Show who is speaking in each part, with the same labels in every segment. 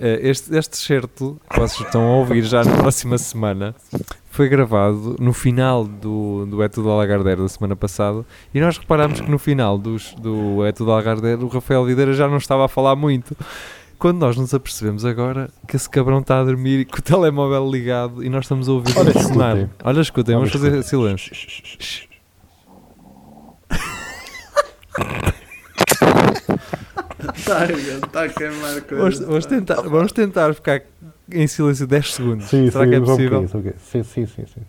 Speaker 1: Eh, Este, este certo que vocês estão a ouvir já na próxima semana foi gravado no final do, do É Tudo Alagardeiro da semana passada e nós reparámos que no final dos, do É Tudo Alagardeiro o Rafael Videira já não estava a falar muito. Quando nós nos apercebemos agora que esse cabrão está a dormir e com o telemóvel ligado e nós estamos a ouvir
Speaker 2: Ora,
Speaker 1: ele sonar.
Speaker 2: escutem.
Speaker 1: Olha, escutem, vamos fazer silêncio.
Speaker 3: Tá, Está a queimar
Speaker 1: Vamos, vamos tentar, vamos tentar ficar em silêncio 10 segundos.
Speaker 2: Sim,
Speaker 1: Será
Speaker 2: sim,
Speaker 1: que é
Speaker 2: mas um
Speaker 1: possível?
Speaker 2: bocadinho, só um bocadinho. Sim, sim, sim, sim.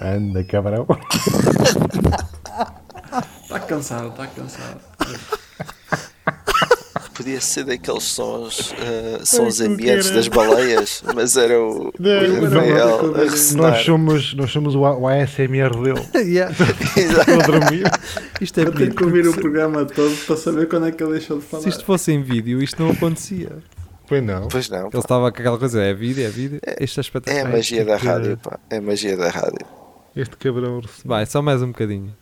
Speaker 2: Anda, cabrão.
Speaker 3: Está Tá cansado, está cansado.
Speaker 4: Podia ser daqueles sons, eh, sons ambientes das baleias, mas era o, o
Speaker 2: Não, não,
Speaker 4: Rafael
Speaker 3: não,
Speaker 4: a
Speaker 2: Nós
Speaker 4: ressonar.
Speaker 2: somos, nós somos o, A- o ASMR dele.
Speaker 1: Yeah.
Speaker 4: Exato.
Speaker 2: Estou a dormir.
Speaker 1: Isto é
Speaker 3: Eu tenho
Speaker 1: bonito.
Speaker 3: que ouvir o programa todo para saber quando é que ele deixou de falar.
Speaker 1: Se isto fosse em vídeo, isto não acontecia.
Speaker 2: Pois não.
Speaker 4: Pois não,
Speaker 1: Ele
Speaker 4: pá.
Speaker 1: estava com aquela coisa, é vídeo, é vídeo. Isto é
Speaker 4: é a
Speaker 1: espetacular.
Speaker 4: magia da
Speaker 2: que-
Speaker 4: rádio, pá. É a magia da rádio.
Speaker 2: Este cabrão. ressona.
Speaker 1: Vai, só mais um bocadinho.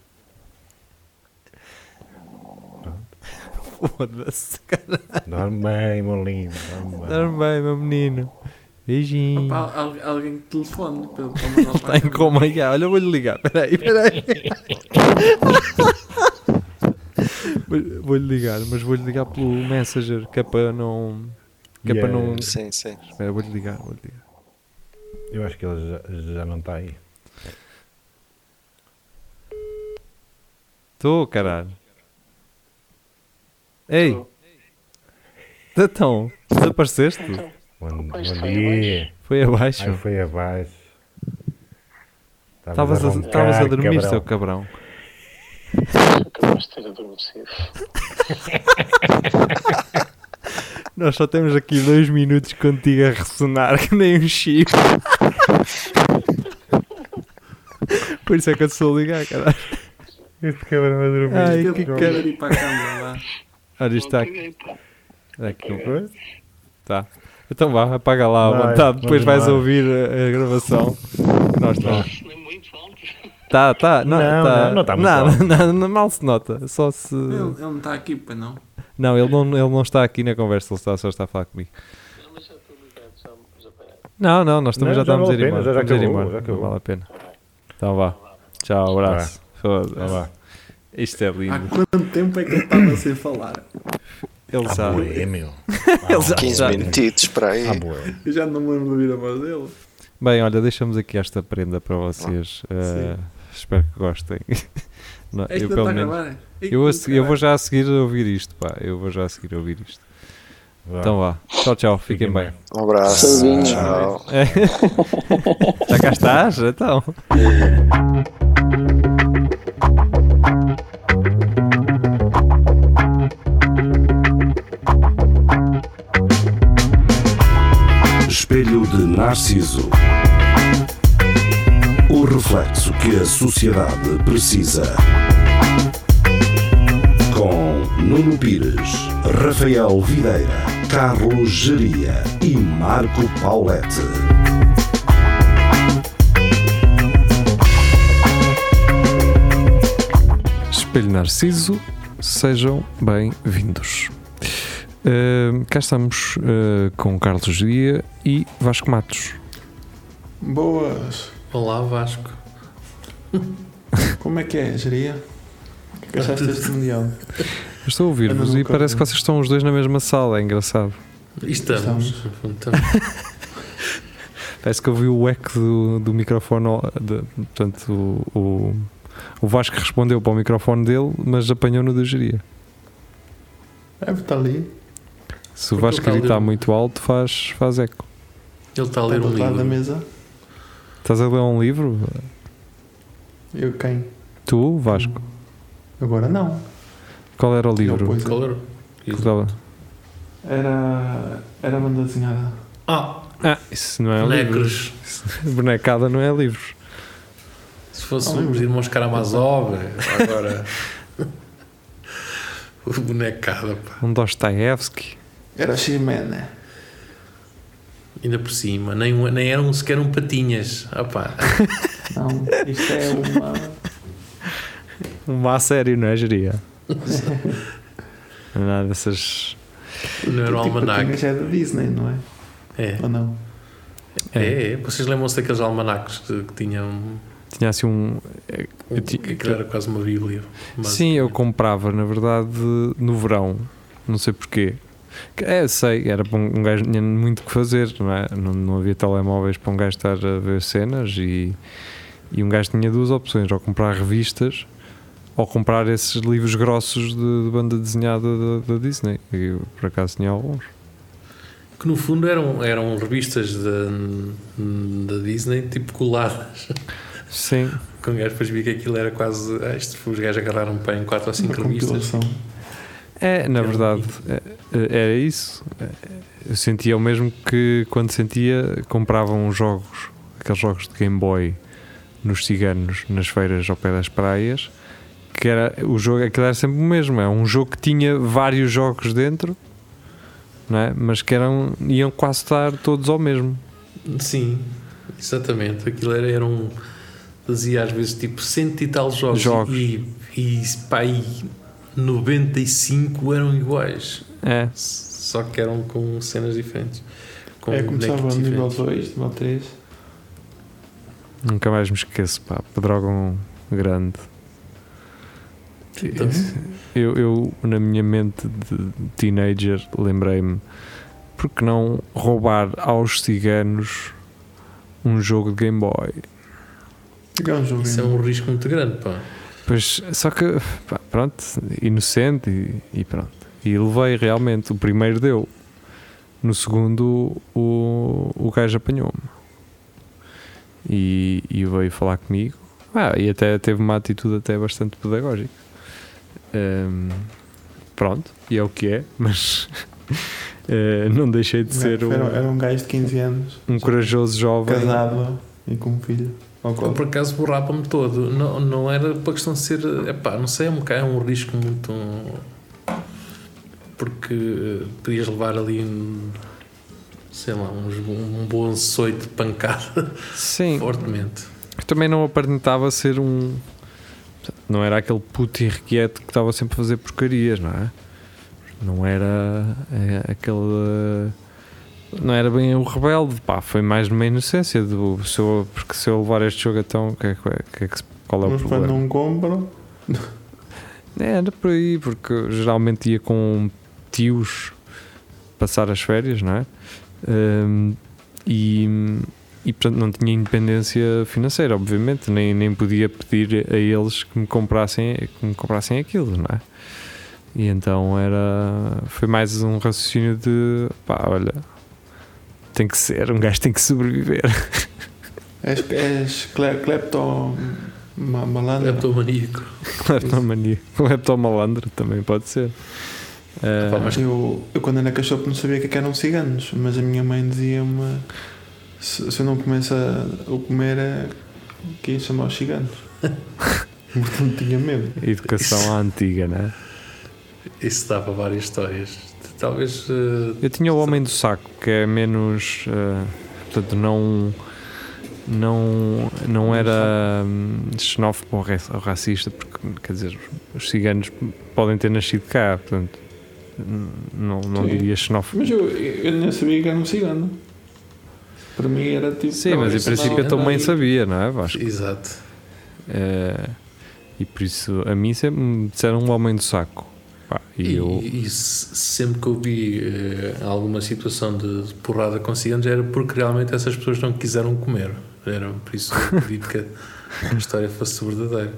Speaker 1: Foda-se, cara.
Speaker 2: Dorme bem, meu lindo. Dorme bem.
Speaker 1: Dorme bem, meu menino. Beijinho.
Speaker 3: Pá, al- alguém que telefone para para mandar
Speaker 1: Está Tá em
Speaker 3: para cá.
Speaker 1: coma. já. Olha, eu vou-lhe ligar. Peraí, peraí. Vou- vou-lhe ligar, mas vou-lhe ligar pelo Messenger, que é para não. Que é para
Speaker 2: Yeah.
Speaker 1: não.
Speaker 4: Sim, sim.
Speaker 1: Espera, vou-lhe ligar, vou-lhe ligar.
Speaker 2: Eu acho que ele já, já não está aí.
Speaker 1: Estou, caralho. Ei!
Speaker 3: Tô.
Speaker 1: Então, desapareceste?
Speaker 2: Bom, bom
Speaker 5: Pois foi
Speaker 2: dia.
Speaker 1: Foi abaixo.
Speaker 2: Ai, foi abaixo.
Speaker 1: Estavas a,
Speaker 2: roncar,
Speaker 1: estavas a dormir,
Speaker 2: cabrão.
Speaker 1: seu cabrão.
Speaker 5: acabaste de ter adormecido.
Speaker 1: Nós só temos aqui dois minutos contigo a ressonar que nem um chip. Por isso é que eu te estou a ligar, caralho.
Speaker 2: Este cabrão a dormir.
Speaker 1: Ai,
Speaker 3: Eu
Speaker 1: que
Speaker 3: tenho
Speaker 1: cara.
Speaker 3: ir para a cama lá.
Speaker 1: Olha, isto está aqui.
Speaker 5: Caguei, pá.
Speaker 1: Está aqui. um Tá. Então vá, apaga lá à
Speaker 2: Vai,
Speaker 1: vontade. Depois
Speaker 2: vamos
Speaker 1: vais
Speaker 2: lá.
Speaker 1: ouvir a, a gravação. Nós não.
Speaker 5: Nem muito alto.
Speaker 1: Tá, tá. Não,
Speaker 2: Não,
Speaker 1: tá.
Speaker 2: não, não tá muito
Speaker 1: Nada,
Speaker 2: alto.
Speaker 1: nada, mal se nota. Só se.
Speaker 3: Ele, ele não está aqui para não.
Speaker 1: Não, ele não, ele não está aqui na conversa, ele está, só está a falar comigo.
Speaker 5: Não, mas já estou ligado, já me desaparece.
Speaker 1: Não, não, nós também já
Speaker 2: Não, já
Speaker 1: estamos a
Speaker 2: vale
Speaker 1: ir
Speaker 2: a pena,
Speaker 1: embora.
Speaker 2: já- já
Speaker 1: estamos a ir
Speaker 2: acabou,
Speaker 1: embora,
Speaker 2: já acabou.
Speaker 1: Não vale a pena. Então vá. Tchau, abraço.
Speaker 2: Vá
Speaker 1: Foda-se.
Speaker 2: lá.
Speaker 1: Isto é
Speaker 3: Há
Speaker 1: lindo.
Speaker 3: quanto tempo é que ele estava sem falar?
Speaker 1: Ele sabe.
Speaker 2: Boé, meu.
Speaker 1: Ele já,
Speaker 4: 15
Speaker 1: já-
Speaker 4: minutitos para aí.
Speaker 2: Ah, boé.
Speaker 3: Eu já não me lembro de ouvir a voz dele.
Speaker 1: Bem, olha, deixamos aqui esta prenda para vocês. Uh, espero que gostem. Não,
Speaker 3: É
Speaker 1: eu,
Speaker 3: que não
Speaker 1: pelo
Speaker 3: está a
Speaker 1: menos,
Speaker 3: gravar. é?
Speaker 1: eu, a se- eu vou já a seguir ouvir isto, pá. Eu vou já a seguir ouvir isto.
Speaker 2: Tá. Vá.
Speaker 1: Então vá. Tchau, tchau. Fiquem bem.
Speaker 4: Um abraço.
Speaker 5: Saudinhos.
Speaker 4: Tchau.
Speaker 1: Já cá estás? Então.
Speaker 6: Espelho de Narciso. O reflexo que a sociedade precisa. Com Nuno Pires, Rafael Videira, Carlos Geria e Marco Paulette.
Speaker 1: Espelho Narciso, sejam bem-vindos. Uh, cá estamos uh, com Carlos Dia e Vasco Matos.
Speaker 3: Boas. Olá, Vasco. Como é que é, Geria? O
Speaker 1: Tá
Speaker 3: que é que achaste deste mundial?
Speaker 1: Eu Estou a
Speaker 3: Eu
Speaker 1: ouvir-vos
Speaker 3: não
Speaker 1: e parece que
Speaker 3: concordo.
Speaker 1: vocês estão os dois na mesma sala, é engraçado.
Speaker 7: Estamos. Estamos.
Speaker 1: Parece que eu vi o eco do, do microfone, ao- de- portanto, o, o, o Vasco respondeu para o microfone dele, mas apanhou-no do geria.
Speaker 3: É, está ali.
Speaker 1: Se o
Speaker 7: Porque
Speaker 1: Vasco
Speaker 7: ele está ali.
Speaker 1: gritar muito alto, faz, faz eco.
Speaker 7: Ele
Speaker 1: Tá
Speaker 7: está a
Speaker 3: Está
Speaker 7: ler
Speaker 3: Tá do
Speaker 7: um
Speaker 3: outro lado da
Speaker 7: livro.
Speaker 3: mesa.
Speaker 1: Estás a ler um livro?
Speaker 3: Eu quem?
Speaker 1: Tu, Vasco?
Speaker 3: Agora não.
Speaker 1: Qual era o
Speaker 3: Não,
Speaker 1: livro?
Speaker 3: pois é.
Speaker 7: Qual era?
Speaker 1: Que dava-
Speaker 3: Era. Era banda desenhada.
Speaker 7: Ah,
Speaker 1: Ah, isso não é um livro.
Speaker 7: Necros.
Speaker 1: Bonecada não é livros.
Speaker 7: Se
Speaker 1: É um
Speaker 7: fosse
Speaker 3: Ah,
Speaker 7: os irmãos Karamazov, é. agora. o bonecada, pá.
Speaker 1: Um Dostoevsky.
Speaker 3: Era X-Men, né?
Speaker 7: Ainda por cima. Nem, um- nem eram sequer
Speaker 3: né?
Speaker 7: um patinhas. Ah, pá.
Speaker 3: Não, isto é uma.
Speaker 1: Uma a sério, não é, Jeria? é Nada dessas.
Speaker 7: Não era o
Speaker 1: Tipo
Speaker 7: almanac.
Speaker 3: já é da Disney, não é?
Speaker 7: É,
Speaker 3: Ou não?
Speaker 7: é, é. Vocês lembram-se daqueles almanacs que, que tinham.
Speaker 1: Tinha assim um. Eu ti-
Speaker 7: que aquilo era quase uma Bíblia. mas-
Speaker 1: Sim, eu comprava, na verdade, no verão. Não sei porquê. Que- É, eu sei, era para um um gajo tinha muito o que fazer, não é? Não, não havia telemóveis para um gajo estar a ver cenas e, e um gajo tinha duas opções, ou comprar revistas ou comprar esses livros grossos de, de banda desenhada da, da Disney. E eu, por acaso tinha alguns.
Speaker 7: Que no fundo eram, eram revistas da da Disney, tipo coladas.
Speaker 1: Sim,
Speaker 7: Com um gajo depois vi que aquilo era quase. Ah, isto, os gajos agarraram para em 4 ou 5
Speaker 3: Uma
Speaker 7: revistas.
Speaker 3: compilação.
Speaker 1: é, na
Speaker 7: Era um
Speaker 1: verdade, é- é- era isso. É, Eu sentia o mesmo que quando sentia, compravam jogos, aqueles jogos de Game Boy nos ciganos, nas feiras ao pé das praias, que era o jogo, aquilo era sempre o mesmo, é um jogo que tinha vários jogos dentro, não é? mas que eram, iam quase estar todos ao mesmo.
Speaker 7: Sim, exatamente. Aquilo era, era um. Dizia às vezes tipo cento e tal jogos.
Speaker 1: Jogos.
Speaker 7: E, e, pá, e 95 eram iguais.
Speaker 1: É,
Speaker 7: Só que eram com cenas diferentes. Com
Speaker 3: É,
Speaker 7: bonecos
Speaker 3: começava no nível
Speaker 7: diferentes.
Speaker 3: 2, nível 3.
Speaker 1: nunca mais me esqueço, pá, pedrogão grande.
Speaker 7: Então,
Speaker 1: Eu, eu, na minha mente de teenager, lembrei-me, porque não roubar aos ciganos um jogo de Game Boy?
Speaker 3: É um jogo.
Speaker 7: isso é um risco muito grande, pá.
Speaker 1: Pois, só que, pá, pronto, inocente e, e pronto. E levei realmente, o primeiro deu, no segundo o, o gajo apanhou-me e, e veio falar comigo. Ah, e até teve uma atitude até bastante pedagógica. Hum, pronto, e é o que é, mas eh, não deixei de ser
Speaker 3: Era,
Speaker 1: um,
Speaker 3: era um gajo de 15 anos,
Speaker 1: um corajoso jovem.
Speaker 3: casado e com um filho. Ao
Speaker 7: Eu,
Speaker 3: colo.
Speaker 7: por acaso borrava-me todo. Não, não era para questão de ser. Epá, não sei, é um, bocado- é um risco muito. Porque eh, podias levar ali, um, sei lá, uns- um, bom açoite de pancada
Speaker 1: Sim,
Speaker 7: fortemente.
Speaker 1: Eu também não aparentava ser um. Não era aquele puto irrequieto que estava sempre a fazer porcarias, não é? Não era é, aquele. Não era bem o rebelde, pá, foi mais numa inocência do se eu- porque se eu levar este jogo então que é que- que é que se- qual é o
Speaker 3: Mas
Speaker 1: problema?
Speaker 3: quando não compro,
Speaker 1: É, Era por aí, porque eu geralmente ia com tios passar as férias, não é? Hum, e, e portanto não tinha independência financeira, obviamente, nem, nem podia pedir a eles que me comprassem, que me comprassem aquilo, não é? E então era foi mais um raciocínio de pá, olha, tem que ser, um gajo tem que sobreviver.
Speaker 3: és, és cle- clepto ma-
Speaker 7: É
Speaker 3: malandro.
Speaker 7: o teu maníaco.
Speaker 1: é Leptomania, leptomalandro também pode ser. Ah,
Speaker 7: Pá, mas
Speaker 3: Eu, eu quando era cachorro não sabia que, é que eram ciganos, mas a minha mãe dizia-me se, se eu não começo a o comer é que ia chamar os ciganos. Portanto tinha medo.
Speaker 1: Ah, educação à antiga, não é?
Speaker 7: isso dá para várias histórias. Talvez. eh,
Speaker 1: Eu tinha o Homem do Saco, que é menos. eh, portanto, não. Não, não era hum, xenófobo ou ra- ou racista, porque, quer dizer, os ciganos podem ter nascido cá, portanto, n- não, não
Speaker 3: Sim.
Speaker 1: diria xenófobo.
Speaker 3: Mas eu, eu nem sabia que era um cigano. Para mim era tipo.
Speaker 1: Sim, mas em
Speaker 7: isso não-
Speaker 1: princípio a tua mãe
Speaker 7: não-
Speaker 1: sabia, não é, Vasco?
Speaker 7: Exato.
Speaker 1: Eh, e por isso, a mim sempre me disseram um Homem do Saco. Pá, e,
Speaker 7: E,
Speaker 1: eu.
Speaker 7: e se- sempre que eu vi eh, alguma situação de de porrada com ciganos era porque realmente essas pessoas não quiseram comer. Era por isso que eu acredito que a- a história fosse verdadeira.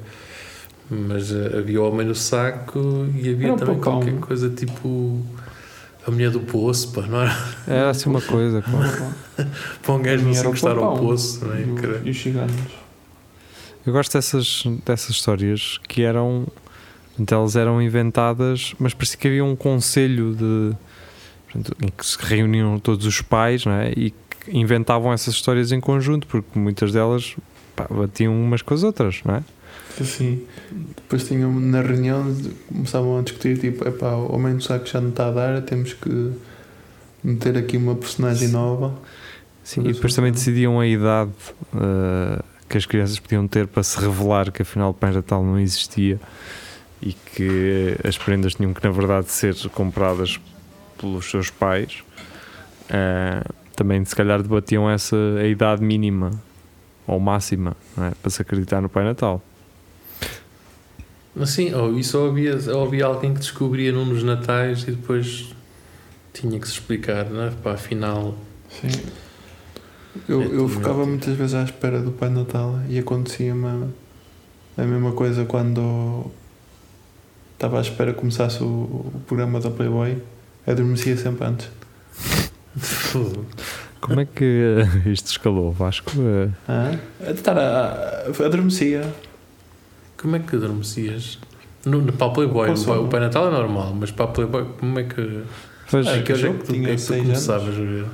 Speaker 7: Mas eh, havia o homem no saco e havia
Speaker 3: Era um
Speaker 7: também
Speaker 3: pacão.
Speaker 7: qualquer coisa tipo a mulher do poço, pá, não era?
Speaker 1: Era assim uma coisa. pá.
Speaker 7: Para um gajo não se
Speaker 3: Era Uhum. o
Speaker 7: encostar ao
Speaker 3: pacão.
Speaker 7: poço, não é?
Speaker 3: E o-
Speaker 7: Caralho.
Speaker 3: E os ciganos.
Speaker 1: Eu gosto dessas, dessas histórias que eram. Então elas eram inventadas, mas parecia que havia um conselho de. portanto, em que se reuniam todos os pais não é? e que inventavam essas histórias em conjunto, porque muitas delas pá, batiam umas com as outras, não é?
Speaker 3: Assim, depois tinham na reunião, começavam a discutir tipo, epá, o homem do saco já não está a dar, temos que meter aqui uma personagem nova.
Speaker 1: Sim,
Speaker 3: Mas
Speaker 1: e depois
Speaker 3: não
Speaker 1: também
Speaker 3: sei.
Speaker 1: decidiam a idade eh, que as crianças podiam ter para se revelar que afinal o Pai Natal não existia e que as prendas tinham que na verdade ser compradas pelos seus pais. Ah, também se calhar debatiam essa a idade mínima ou máxima não é? para se acreditar no Pai Natal.
Speaker 7: Assim, ou isso ou havia, ou havia alguém que descobria num dos natais e depois tinha que se explicar, não é? Pá, afinal.
Speaker 3: Sim. Eu,
Speaker 7: É,
Speaker 3: eu
Speaker 7: também
Speaker 3: ficava
Speaker 7: não.
Speaker 3: muitas vezes à espera do Pai Natal e acontecia-me a- a mesma coisa quando estava à espera que começasse o, o programa da Playboy. Adormecia sempre antes.
Speaker 1: Como é que eh, isto escalou, Vasco? Eh,
Speaker 3: Ah, a estar a- a- adormecia.
Speaker 7: Como é que adormecias? No, no, para o Playboy,
Speaker 3: Com
Speaker 7: o,
Speaker 3: sono.
Speaker 7: Pai- o Pai Natal é normal, mas para a Playboy, como é que.
Speaker 1: pois,
Speaker 7: a que horas é
Speaker 3: eu
Speaker 7: que tu,
Speaker 3: tinha
Speaker 7: é que tu
Speaker 3: seis
Speaker 7: começavas a ver?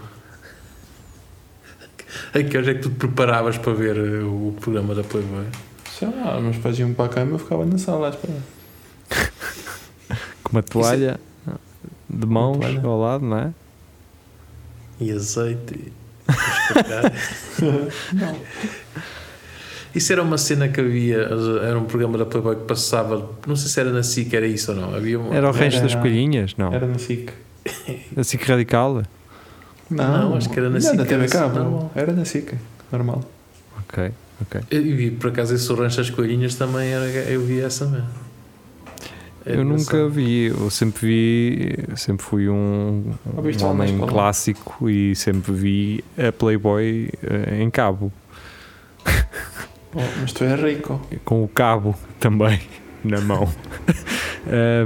Speaker 7: A que horas é que tu te preparavas para ver eh, o programa da Playboy?
Speaker 3: Sei lá, meus pais iam para a cama e eu ficava na sala à espera.
Speaker 1: com uma toalha de mãos
Speaker 3: toalha.
Speaker 1: ao lado, não é?
Speaker 7: E azeite. e-
Speaker 3: Não.
Speaker 7: Isso era uma cena que havia, era um programa da Playboy que passava, não sei se era na SIC, era isso ou não. Havia uma-
Speaker 1: Era o resto das
Speaker 3: era-
Speaker 1: coelhinhas? Não.
Speaker 3: Era na SIC.
Speaker 1: Assim que radical?
Speaker 7: Não, acho que era na
Speaker 3: não,
Speaker 7: SIC,
Speaker 3: Na TV
Speaker 7: era
Speaker 3: Cabo.
Speaker 7: normal.
Speaker 3: Era na SIC. Normal.
Speaker 1: Ok, ok.
Speaker 7: E por acaso esse o Rancho das Coelhinhas também era, eu vi essa mesmo. Era
Speaker 1: eu nunca
Speaker 7: É engraçado.
Speaker 1: vi, eu sempre vi, eu sempre fui um,
Speaker 3: Ou viste
Speaker 1: um
Speaker 3: lá na
Speaker 1: homem
Speaker 3: escola?
Speaker 1: clássico e sempre vi a Playboy eh, em cabo,
Speaker 3: Oh, mas tu és rico.
Speaker 1: com o cabo também na mão.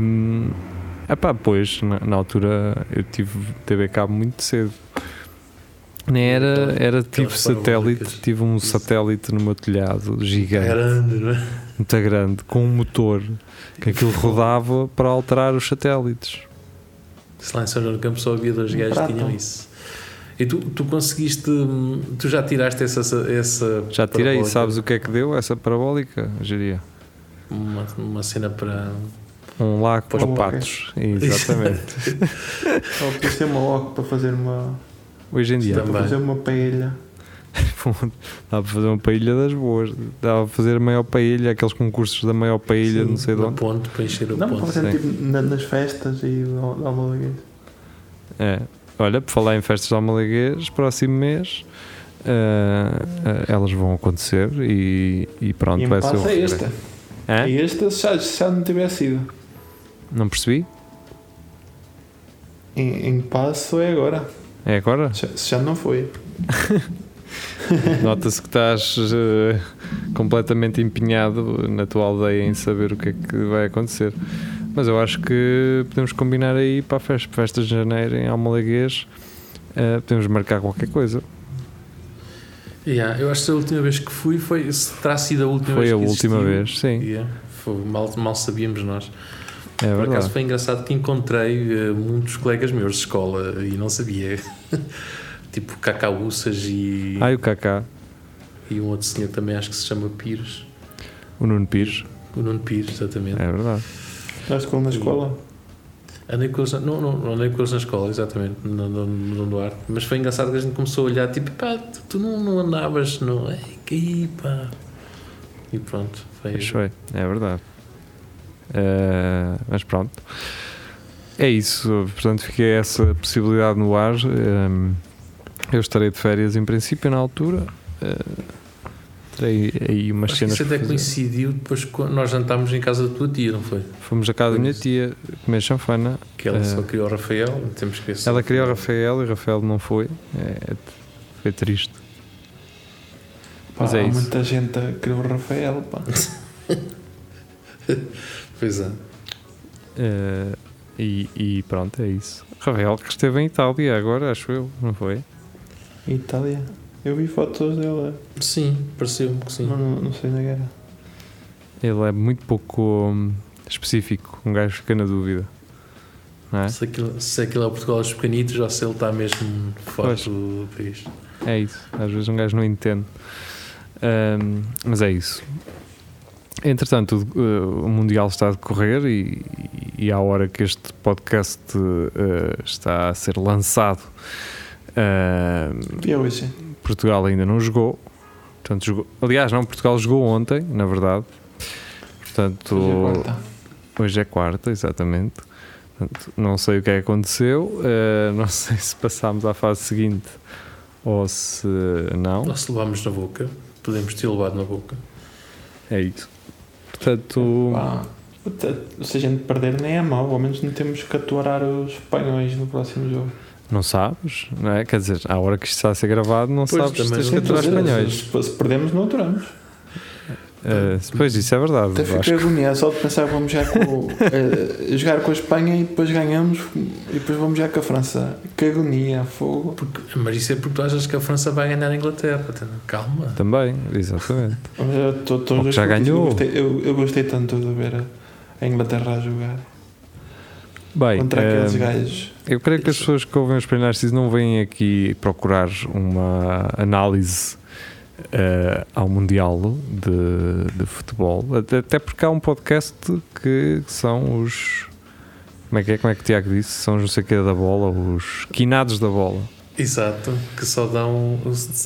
Speaker 1: um, epá, pois, na, na altura eu tive TV cabo muito cedo. Nem
Speaker 7: então,
Speaker 1: era, era tive
Speaker 7: Aquelas
Speaker 1: satélite,
Speaker 7: parabólicas.
Speaker 1: tive um
Speaker 7: Isso.
Speaker 1: satélite no meu telhado gigante.
Speaker 7: Grande, não é?
Speaker 1: muito grande, com um motor que aquilo rodava para alterar os satélites.
Speaker 7: Se lá em São João do Campo só havia dois
Speaker 3: Um
Speaker 7: gajos que
Speaker 3: prato.
Speaker 7: tinham isso. E tu, tu conseguiste. hum, Tu já tiraste essa. essa
Speaker 1: Já tirei,
Speaker 7: parabólica?
Speaker 1: sabes o que é que deu essa parabólica? Geria.
Speaker 7: Uma, uma cena para.
Speaker 1: Um lago
Speaker 3: Pois
Speaker 1: para
Speaker 3: um lago.
Speaker 1: patos. Exatamente.
Speaker 3: Só preciso ter uma oca para fazer uma,
Speaker 1: Hoje em dia
Speaker 7: Também.
Speaker 3: para fazer uma paella.
Speaker 1: dá para fazer uma paella das boas. Dá para fazer a maior paella, aqueles concursos da maior paella,
Speaker 3: Sim,
Speaker 1: não sei de
Speaker 7: no
Speaker 1: onde.
Speaker 7: ponto, para encher o
Speaker 3: Não, para
Speaker 7: ponto.
Speaker 1: sim.
Speaker 3: fazer tipo na- nas festas e ao- ao malaguês.
Speaker 1: É. Olha, por falar em festas de Almalaguês, próximo mês ah, ah, elas vão acontecer e, e pronto,
Speaker 3: E um
Speaker 1: vai
Speaker 3: é me
Speaker 1: ser o
Speaker 3: passa
Speaker 1: regresso.
Speaker 3: esta.
Speaker 1: Hã?
Speaker 3: E esta se É já, se já não tivesse ido.
Speaker 1: Não percebi?
Speaker 3: Em, em passo é agora.
Speaker 1: É agora?
Speaker 3: Já- Se já não foi.
Speaker 1: Nota-se que estás eh, completamente empenhado na tua aldeia em saber o que é que vai acontecer. Mas eu acho que podemos combinar aí para festas, festas de janeiro em Almalaguês. eh, podemos marcar qualquer coisa.
Speaker 7: Yeah, eu acho que a última vez que fui foi. Se terá sido a última
Speaker 1: Foi
Speaker 7: vez
Speaker 1: a
Speaker 7: que
Speaker 1: última
Speaker 7: existiu.
Speaker 1: vez, sim.
Speaker 7: Yeah, foi- mal, mal sabíamos nós.
Speaker 1: É
Speaker 7: Por acaso
Speaker 1: verdade.
Speaker 7: foi engraçado que encontrei eh, muitos colegas meus de escola e não sabia. tipo Cacauças e,
Speaker 1: Ai, Ah, o Kaká,
Speaker 7: e um outro senhor também, acho que se chama Pires.
Speaker 1: o Nuno Pires.
Speaker 7: O Nuno Pires, exatamente.
Speaker 1: É verdade.
Speaker 3: Nós com na escola.
Speaker 7: Andei com eles na, não, não, não andei com eles na escola, exatamente, no, no, no Duarte. Mas foi engraçado que a gente começou a olhar, tipo, pá, tu, tu não, não andavas, não. Ei, que aí, pá. E pronto, foi.
Speaker 1: Pois foi, é verdade. Eh, mas pronto. É isso. Portanto, fiquei essa possibilidade no ar. Ehm, eu estarei de férias em princípio na altura. Eh, terei aí umas
Speaker 7: Acho que
Speaker 1: cenas.
Speaker 7: isso
Speaker 1: para
Speaker 7: até
Speaker 1: fazer.
Speaker 7: coincidiu depois quando nós jantámos em casa da tua tia, não foi?
Speaker 1: Fomos à casa da minha tia comer chanfana.
Speaker 7: Que ela
Speaker 1: É.
Speaker 7: só criou o Rafael, temos que ver se-
Speaker 1: Ela queria o Rafael e o Rafael não foi. É, é- foi triste.
Speaker 3: Pá,
Speaker 1: Mas é
Speaker 3: há
Speaker 1: isso.
Speaker 3: muita gente a querer o Rafael. Pá.
Speaker 7: Pois é.
Speaker 1: Eh, e, e pronto, é isso. Rafael que esteve em Itália agora, acho eu, não foi?
Speaker 3: Itália. Eu vi fotos dele.
Speaker 7: Sim, pareceu-me que sim.
Speaker 3: Não, não, não sei é na guerra.
Speaker 1: Ele é muito pouco hum, específico, um gajo fica na dúvida. Não é?
Speaker 7: Se, aquilo, se aquilo é o Portugal dos pequenitos ou se ele está mesmo fora
Speaker 1: Pois.
Speaker 7: do do país.
Speaker 1: É isso. Às vezes um gajo não entende. Ahm, mas é isso. Entretanto, o, eh, o Mundial está a decorrer e, e à hora que este podcast eh, está a ser lançado, eh, ahm,
Speaker 3: Vi é hoje.
Speaker 1: Portugal ainda não jogou. Portanto, jogou- Aliás, não, Portugal jogou ontem, na verdade. Portanto,
Speaker 3: Hoje é quarta.
Speaker 1: Hoje é quarta, exatamente. Portanto, não sei o que é que aconteceu, eh, não sei se passámos à fase seguinte ou se não.
Speaker 7: Nós levámos na boca, podemos ter levado na boca.
Speaker 1: É isso. Portanto,
Speaker 3: Pá, puta, Se a gente perder nem é mau, ao menos não temos que atorar os espanhóis no próximo jogo.
Speaker 1: não sabes, não é? Quer dizer, à hora que isto está a ser gravado, não
Speaker 7: Pois,
Speaker 1: sabes se
Speaker 7: também
Speaker 1: tens que
Speaker 7: não
Speaker 1: aturar
Speaker 7: sei.
Speaker 1: espanhóis.
Speaker 3: Se, se perdemos, não aturamos.
Speaker 1: Eh, pois, isso é verdade.
Speaker 3: Até
Speaker 1: Vasco.
Speaker 3: fico agoniado só de pensar que vamos já com, eh, jogar com a Espanha e depois ganhamos e depois vamos já com a França. Que agonia, fogo.
Speaker 7: Porque, mas isso é porque tu achas que a França vai ganhar a Inglaterra. Então, Calma.
Speaker 1: Também, exatamente.
Speaker 3: Mas eu tô- tô-
Speaker 1: Ou que já
Speaker 3: eu
Speaker 1: ganhou.
Speaker 3: gostei- Eu, eu gostei tanto de ver a- a Inglaterra a jogar
Speaker 1: Bem,
Speaker 3: contra aqueles
Speaker 1: eh,
Speaker 3: gajos.
Speaker 1: Eu creio que as pessoas que ouvem os Prenastis não vêm aqui procurar uma análise eh, ao Mundial de, de futebol. Até, até porque há um podcast que são os. Como é que é? Como é que o Tiago disse? São os não sei o que da bola, os quinados da bola.
Speaker 7: Exato. Que só dão.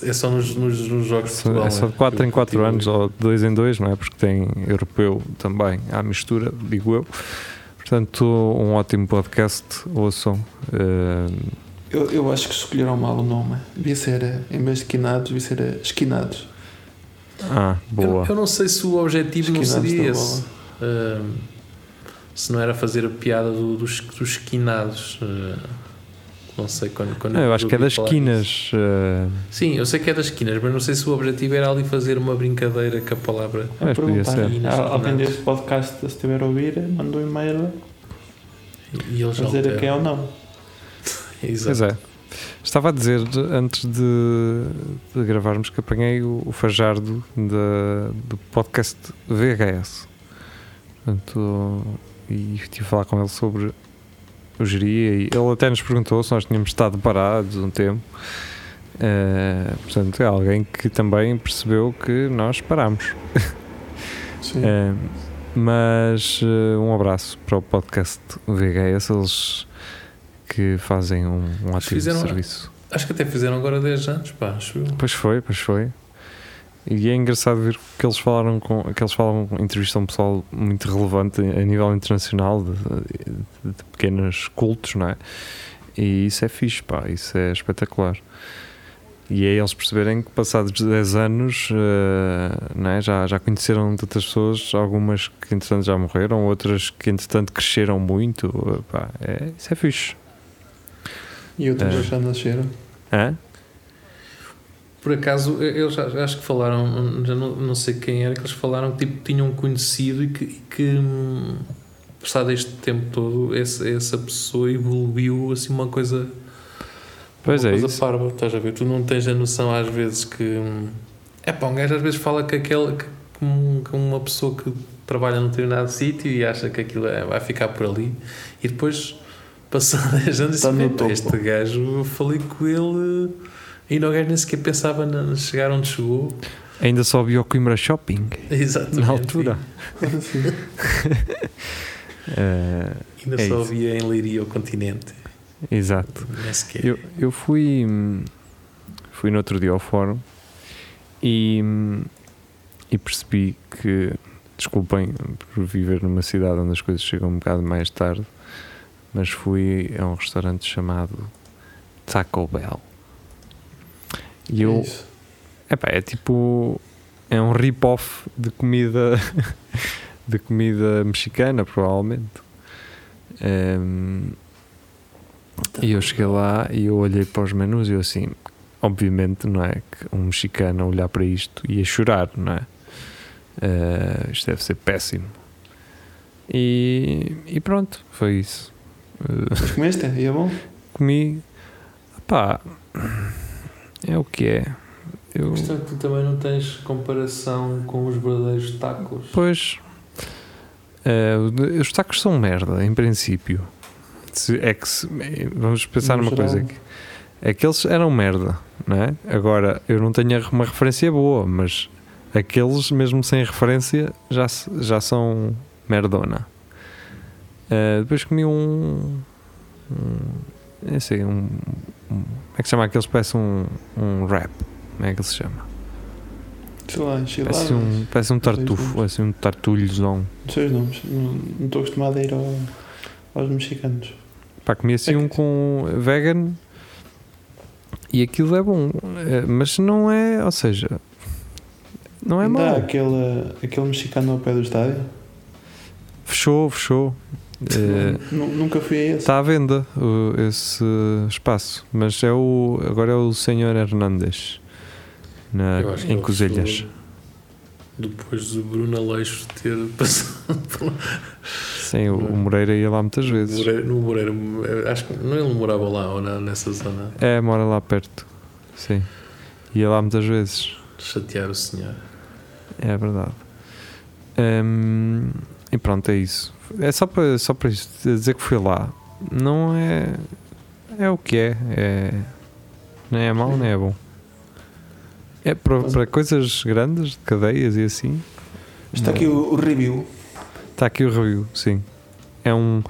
Speaker 7: É só nos, nos- nos jogos de futebol. né? Tipo,
Speaker 1: é só de 4 em 4 anos ou de 2 em 2, não é? Porque tem europeu também à mistura, digo eu. Portanto, um ótimo podcast, ouçam. eh,
Speaker 3: Eu, eu acho que escolheram mal o nome. Devia ser, eh, em vez de quinados, devia ser eh, esquinados.
Speaker 1: ah, boa.
Speaker 7: Eu, eu não sei se o objetivo não
Speaker 3: Esquinados
Speaker 7: seria
Speaker 3: da bola.
Speaker 7: esse. Ahm, se não era fazer a piada do- dos, dos esquinados. ah, não sei quando. quando
Speaker 1: Não, eu acho que é
Speaker 7: ouvi
Speaker 1: das
Speaker 7: falar disso.
Speaker 1: quinas. eh,
Speaker 7: Sim, eu sei que é das esquinas, mas não sei se o objetivo era ali fazer uma brincadeira com a palavra.
Speaker 3: A
Speaker 1: Mas É, podia
Speaker 3: perguntar.
Speaker 1: ser.
Speaker 3: Ah, Alguém deste podcast, se estiver a ouvir, manda um e-mail
Speaker 7: E eles
Speaker 3: a dizer a quem é
Speaker 7: alteram.
Speaker 3: o nome.
Speaker 7: Exato.
Speaker 1: pois é. Estava a dizer, antes de, de gravarmos, que apanhei o, o Fajardo da- do podcast VHS. Portanto, e estive a falar com ele sobre o geria. E ele até nos perguntou se nós tínhamos estado parados um tempo. Eh, portanto, é alguém que também percebeu que nós parámos.
Speaker 3: Sim.
Speaker 1: É, mas eh, um abraço para o podcast VHS, eles que fazem um, um ativo
Speaker 7: fizeram-
Speaker 1: serviço.
Speaker 7: Acho que até fizeram agora 10 anos, pá, acho eu.
Speaker 1: Pois foi, pois foi. E é engraçado ver que eles falaram com que eles falam, entrevistam um pessoal muito relevante a nível internacional de, de- de pequenos cultos, não é? E isso é fixe, pá, isso é espetacular. E é eles perceberem que passados 10 anos eh, não é? já, já conheceram tantas pessoas, algumas que entretanto já morreram, outras que entretanto cresceram muito. eh, Pá, é, isso é fixe.
Speaker 3: E outros
Speaker 1: É.
Speaker 3: já nasceram.
Speaker 1: Hã?
Speaker 7: Por acaso, eles a- acho que falaram, já não, não sei quem era, que eles falaram que tipo, tinham conhecido e que, e que hum, passado este tempo todo, essa, essa pessoa evoluiu assim uma coisa,
Speaker 1: Pois
Speaker 7: uma
Speaker 1: é,
Speaker 7: coisa
Speaker 1: isso.
Speaker 7: parva, estás a ver? Tu não tens a noção às vezes que. É pá, um gajo às vezes fala que aquela. Que, com- com uma pessoa que trabalha num determinado sítio e acha que aquilo é- vai ficar por ali e depois passado 10 anos
Speaker 3: Está no
Speaker 7: "Epá,
Speaker 3: topo."
Speaker 7: este gajo eu falei com ele e não gajo nem sequer pensava na- chegar onde chegou
Speaker 1: Ainda só vi o Coimbra Shopping
Speaker 7: Exatamente.
Speaker 1: na altura.
Speaker 3: Sim.
Speaker 1: Eh,
Speaker 7: E Ainda
Speaker 1: É
Speaker 7: só
Speaker 1: isso.
Speaker 7: via em Leiria o continente.
Speaker 1: exato.
Speaker 7: Nem sequer.
Speaker 1: Eu, eu fui hum, fui no outro dia ao fórum e, hum, e percebi que desculpem por viver numa cidade onde as coisas chegam um bocado mais tarde, mas fui a um restaurante chamado Taco Bell. E eu,
Speaker 3: é Isso.
Speaker 1: Epá, é tipo. É um rip-off de comida. de comida mexicana, provavelmente. Ehm, e eu cheguei lá e eu olhei para os menus e eu assim. Obviamente, não é? Que um mexicano a olhar para isto ia chorar, não é? Eh, isto deve ser péssimo. E, e pronto, foi isso. Eh,
Speaker 3: Mas comeste? E é bom?
Speaker 1: comi. Pá, é o que é. Eu,
Speaker 7: Questão que tu também não tens comparação com os verdadeiros tacos.
Speaker 1: Pois. Eh, o- os tacos são merda, em princípio. Se- é que se- eh, vamos pensar
Speaker 3: No
Speaker 1: numa
Speaker 3: geral.
Speaker 1: coisa aqui. Aqueles eram merda, não é? Agora, eu não tenho a- uma referência boa, mas aqueles, mesmo sem referência, já, se- já são merdona. Eh, depois comi um. um não sei, um, um- Como é que se chama? Aqueles que parecem um, um rap. Como é que ele se chama?
Speaker 3: sei lá, enchiladas.
Speaker 1: Parece um, parece um
Speaker 3: sei os
Speaker 1: tartufo,
Speaker 3: nomes.
Speaker 1: parece um tartulhozão.
Speaker 3: Não sei os nomes, não não estou acostumado a ir ao- aos mexicanos.
Speaker 1: Pá, comi assim
Speaker 3: É que-
Speaker 1: um com vegan e aquilo é bom, eh, mas não é, ou seja, não é
Speaker 3: Ainda há
Speaker 1: mau.
Speaker 3: aquele, aquele mexicano ao pé do estádio?
Speaker 1: Fechou, fechou. Eh,
Speaker 3: Nu- Nunca fui a esse.
Speaker 1: Está à venda o- esse espaço, mas é o, agora é o Senhor Hernandes na,
Speaker 7: Eu acho
Speaker 1: Ah,
Speaker 7: que é
Speaker 1: em
Speaker 7: ele
Speaker 1: Cozelhas.
Speaker 7: sou- Depois do Bruno Aleixo ter passado por lá.
Speaker 1: Sim, o, o Moreira ia lá muitas vezes.
Speaker 7: Moreira- No Moreira, eh, acho que não ele morava lá ou na- nessa zona.
Speaker 1: É, mora lá perto. Sim. Ia lá muitas vezes.
Speaker 7: Chatear o senhor.
Speaker 1: É verdade. Hum, e pronto, é isso. É só para só para isto, dizer que fui lá. Não é. É o que é. é não é mau, nem é bom. É para, para coisas grandes, de cadeias e assim.
Speaker 3: Está aqui o, o review.
Speaker 1: Está aqui o review, sim. É um.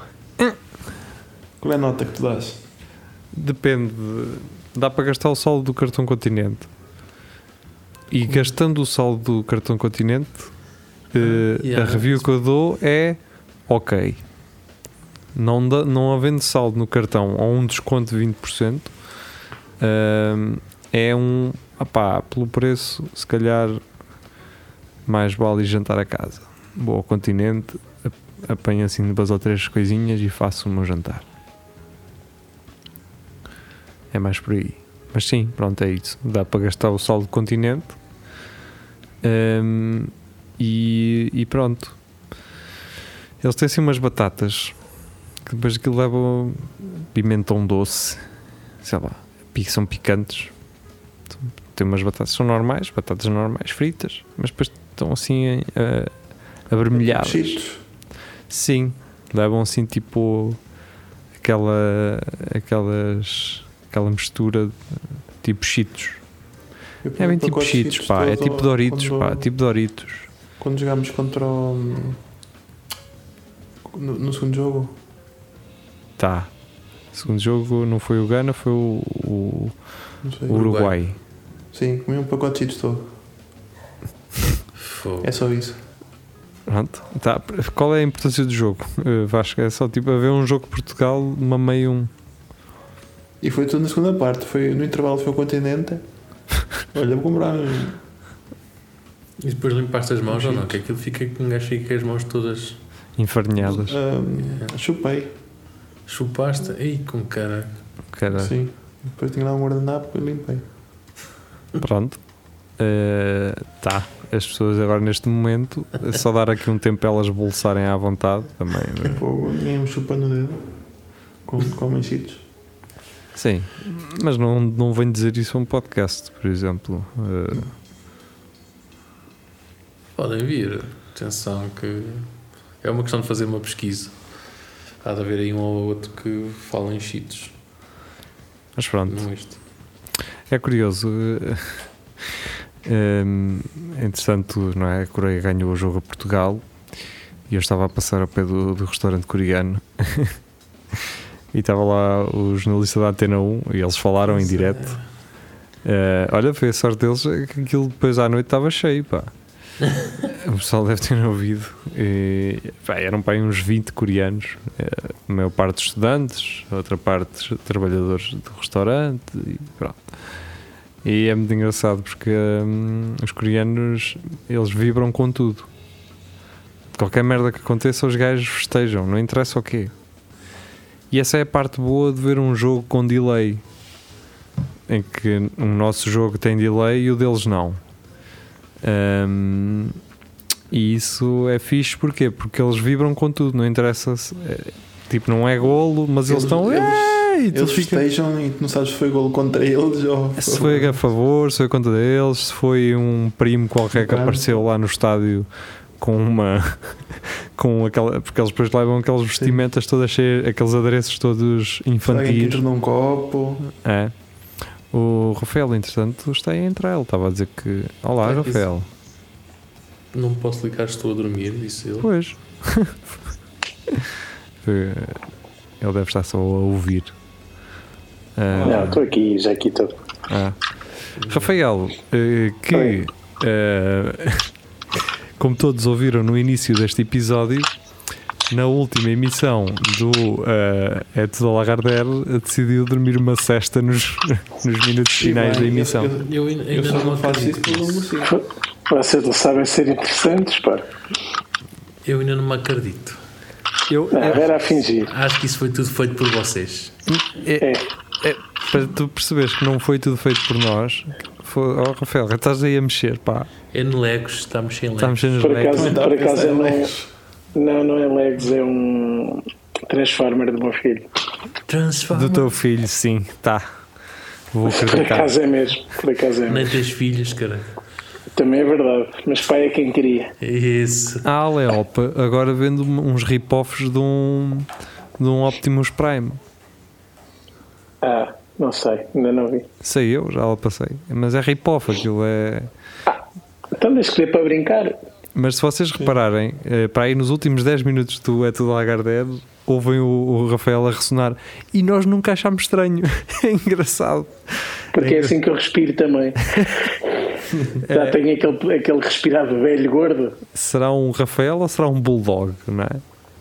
Speaker 3: Qual é a nota que tu dás?
Speaker 1: Depende. de- Dá para gastar o saldo do cartão continente. E gastando o saldo do cartão continente, eh,
Speaker 7: Yeah.
Speaker 1: a review que eu dou é ok. Não, dá- não havendo saldo no cartão ou um desconto de 20%, ehm, é um. Opá, pelo preço, se calhar mais vale ir jantar a casa. Vou ao continente, ap- apanho assim duas ou três coisinhas e faço o meu jantar. É mais por aí. Mas sim, pronto, é isso. Dá para gastar o saldo do continente. Hum, e, e pronto. Eles têm assim umas batatas que depois aquilo leva pimentão um doce, sei lá, pi- são picantes. Tem umas batatas, são normais, batatas normais fritas, mas depois estão assim eh, avermelhadas.
Speaker 3: Cheetos.
Speaker 1: Sim, levam assim tipo aquela aquelas aquela mistura de- tipo Cheetos.
Speaker 3: Eu
Speaker 1: É
Speaker 3: pedi
Speaker 1: bem
Speaker 3: um
Speaker 1: tipo
Speaker 3: pacote de
Speaker 1: Cheetos, pá, é
Speaker 3: todos
Speaker 1: tipo
Speaker 3: ao-
Speaker 1: Doritos,
Speaker 3: quando-
Speaker 1: pá, tipo Doritos.
Speaker 3: Quando jogámos contra o. No, no segundo jogo,
Speaker 1: Tá. Segundo jogo não foi o Gana, foi o, o-
Speaker 3: não sei.
Speaker 1: o Uruguai.
Speaker 3: Sim, comi um pacote de cheetos todo.
Speaker 7: Fogo.
Speaker 3: É só isso.
Speaker 1: Pronto. Tá. Qual é a importância do jogo? Eh, Vasco, é só tipo haver um jogo de Portugal, uma meia um.
Speaker 3: E foi tudo na segunda parte. Foi, no intervalo foi o continente. Olha, vou comprar. um-
Speaker 7: E depois limpaste as mãos ou não? Que aquilo fica que um gajo fica com as mãos todas eh,
Speaker 1: Infarneadas.
Speaker 3: um, chupei.
Speaker 7: chupaste. Ei, com cara.
Speaker 1: Cara,
Speaker 8: é?
Speaker 3: Sim. Depois tinha lá um guardanapo e limpei.
Speaker 1: pronto. Eh, tá. As pessoas agora neste momento, é só dar aqui um tempo para elas bolsarem à vontade também. não é?
Speaker 3: Fogo, ninguém me chupa no dedo. Com, comem cheetos.
Speaker 1: Sim. Mas não, não venho dizer isso a um podcast, por exemplo. Eh,
Speaker 7: Podem vir. Atenção que é uma questão de fazer uma pesquisa. Há de haver aí um ou outro que fala em cheats.
Speaker 1: mas pronto.
Speaker 7: Não este.
Speaker 1: É curioso. eh, em, entretanto, não é? A Coreia ganhou o jogo a Portugal e eu estava a passar ao pé do, do restaurante coreano e estava lá o jornalista da Antena 1 e eles falaram em direto. Eh, olha, foi a sorte deles eh, que aquilo depois à noite estava cheio, pá. O pessoal deve ter ouvido. E, pá, eram pá, aí uns 20 coreanos, eh, a maior parte estudantes, a outra parte trabalhadores do restaurante e pronto. E é muito engraçado porque hum, os coreanos eles vibram com tudo. Qualquer merda que aconteça, os gajos festejam, não interessa o quê. E essa é a parte boa de ver um jogo com delay. Em que o nosso jogo tem delay e o deles não. Hum, e isso é fixe porquê? Porque eles vibram com tudo, não interessa. se- é, tipo, não é golo, mas eles,
Speaker 3: Eles-
Speaker 1: estão.
Speaker 3: eles-
Speaker 1: "Ei!" e tu
Speaker 3: Eles
Speaker 1: fica-
Speaker 3: festejam e tu não sabes se foi gol contra eles ou.
Speaker 1: se foi a favor, se foi contra eles, se foi um primo qualquer que
Speaker 3: Claro.
Speaker 1: apareceu lá no estádio com uma. com aquela. porque eles depois levam aquelas vestimentas todas cheias, aqueles adereços todos
Speaker 3: Foi alguém que
Speaker 1: infantis.
Speaker 3: entrou num copo.
Speaker 1: É. O Rafael, entretanto, está a entrar. Ele estava a dizer que. Olá,
Speaker 7: É isso.
Speaker 1: Rafael.
Speaker 7: Não posso ligar, estou a dormir, disse ele.
Speaker 1: Pois. Eh, Ele deve estar só a ouvir. Ah,
Speaker 5: Não, estou aqui, já aqui estou.
Speaker 1: Ah. Rafael, eh, que
Speaker 5: Oi.
Speaker 1: eh, como todos ouviram no início deste episódio, na última emissão do eh, É Tudo ao Lagardère, decidiu dormir uma cesta nos, nos minutos finais da emissão.
Speaker 3: Eu,
Speaker 7: Eu ainda
Speaker 3: eu só
Speaker 7: não,
Speaker 3: não faço isso
Speaker 7: acredito
Speaker 3: porque eu não
Speaker 7: nisso.
Speaker 3: consigo.
Speaker 8: Vocês não sabem ser interessantes, pá.
Speaker 7: Eu ainda não me acredito.
Speaker 1: Eu,
Speaker 8: Não, era a fingir.
Speaker 7: Acho que isso foi tudo feito por vocês.
Speaker 1: é- é- para tu perceberes que não foi tudo feito por nós, foi, oh, Rafael, estás aí a mexer, pá. Tá
Speaker 7: É no Legos, estamos sem Legos.
Speaker 1: Estamos sendo
Speaker 8: Por acaso,
Speaker 3: Não dá
Speaker 8: por
Speaker 3: para
Speaker 8: acaso
Speaker 3: pensar
Speaker 8: ele não é.
Speaker 3: mais.
Speaker 8: Não, não é Legs, é um Transformer do meu filho.
Speaker 1: do
Speaker 7: Transforma.
Speaker 1: teu filho, sim, tá. Vou
Speaker 8: Por
Speaker 1: acreditar.
Speaker 8: acaso é mesmo. Por acaso é mesmo.
Speaker 7: Nem tens filhos, cara.
Speaker 8: Também é verdade. Mas pai é quem queria.
Speaker 7: Isso.
Speaker 1: A Aleop agora vendo uns rip-offs de um, de um Optimus Prime.
Speaker 8: Ah, não sei, ainda não vi.
Speaker 1: Sei eu, já lá passei. Mas é rip-off, aquilo é.
Speaker 8: Então deixa que dê para brincar.
Speaker 1: Mas se vocês repararem, eh, para aí nos últimos 10 minutos do É Tudo Lagardère, ouvem o, o Rafael a ressonar e nós nunca achámos estranho. É engraçado.
Speaker 8: Porque é assim que eu respiro também. Já tenho aquele, aquele respirado velho gordo.
Speaker 1: Será um Rafael ou será um Bulldog, não é?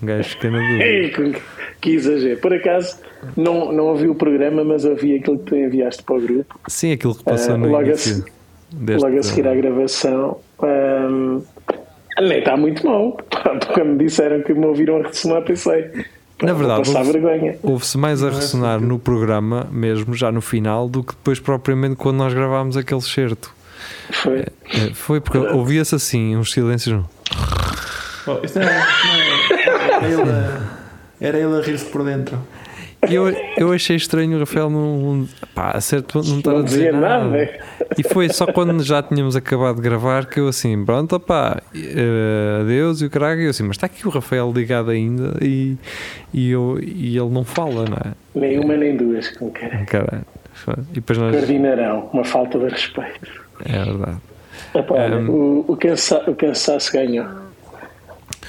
Speaker 1: Um gajo fica na dúvida.
Speaker 8: Ei, com que, que exagero. Por acaso, não, não ouvi o programa, mas ouvi aquilo que tu enviaste para o grupo.
Speaker 1: Sim, aquilo que passou
Speaker 8: Eh,
Speaker 1: no
Speaker 8: logo a
Speaker 1: início.
Speaker 8: se-
Speaker 1: deste-
Speaker 8: Logo a seguir à gravação. ahm, nem está muito mal. Quando me disseram que me ouviram ressonar, pensei. pá,
Speaker 1: Na
Speaker 8: vou
Speaker 1: verdade,
Speaker 8: Passar
Speaker 1: houve-
Speaker 8: vergonha.
Speaker 1: Houve-se mais a
Speaker 8: é
Speaker 1: ressonar
Speaker 8: assim
Speaker 1: no programa, mesmo já no final, do que depois propriamente quando nós gravámos aquele certo. É. Eh,
Speaker 8: Foi.
Speaker 1: Foi porque
Speaker 8: Eh,
Speaker 1: ouvia-se assim, uns silêncios. um
Speaker 3: Oh, isso não é- não é- Era ele a- era ele a rir-se por dentro.
Speaker 1: E eu, eu achei estranho o Rafael não, pá, a certo ponto não estar a
Speaker 8: Não
Speaker 1: dizer
Speaker 8: dizia
Speaker 1: nada.
Speaker 8: nada.
Speaker 1: E foi só quando já tínhamos acabado de gravar que eu assim, pronto, opá, eh, adeus e o caralho. E eu assim, mas está aqui o Rafael ligado ainda e, e, eu, e ele não fala, não
Speaker 8: Nem uma nem duas, com cara.
Speaker 1: é? Caralho. E depois nós.
Speaker 8: Coordinarão, uma falta de respeito.
Speaker 1: É verdade.
Speaker 8: Epá, olha,
Speaker 1: Hum.
Speaker 8: o, o, cansa- o cansaço ganhou.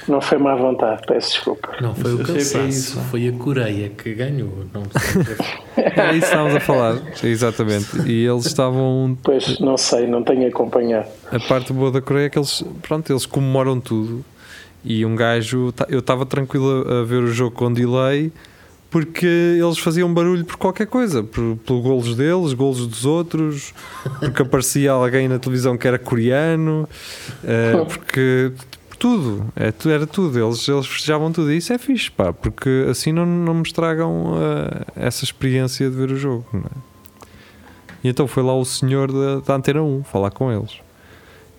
Speaker 8: Não foi má vontade, peço desculpa.
Speaker 7: Não, foi o
Speaker 3: Eu sei que é
Speaker 7: cansaço.
Speaker 3: isso.
Speaker 7: Foi a Coreia que ganhou. Não
Speaker 1: É isso que estávamos a falar, exatamente. E eles estavam.
Speaker 8: Pois não sei, não tenho acompanhado.
Speaker 1: A parte boa da Coreia é que eles, pronto, eles comemoram tudo. E um gajo. ta- Eu estava tranquilo a a ver o jogo com delay porque eles faziam barulho por qualquer coisa, por, por golos deles, golos dos outros, porque aparecia alguém na televisão que era coreano, eh, porque. por Tudo, é, tu- era tudo, eles, eles festejavam tudo e isso é fixe, pá, porque assim não, não me estragam eh, essa experiência de ver o jogo, não é? E então foi lá o senhor da, da Antena 1 falar com eles.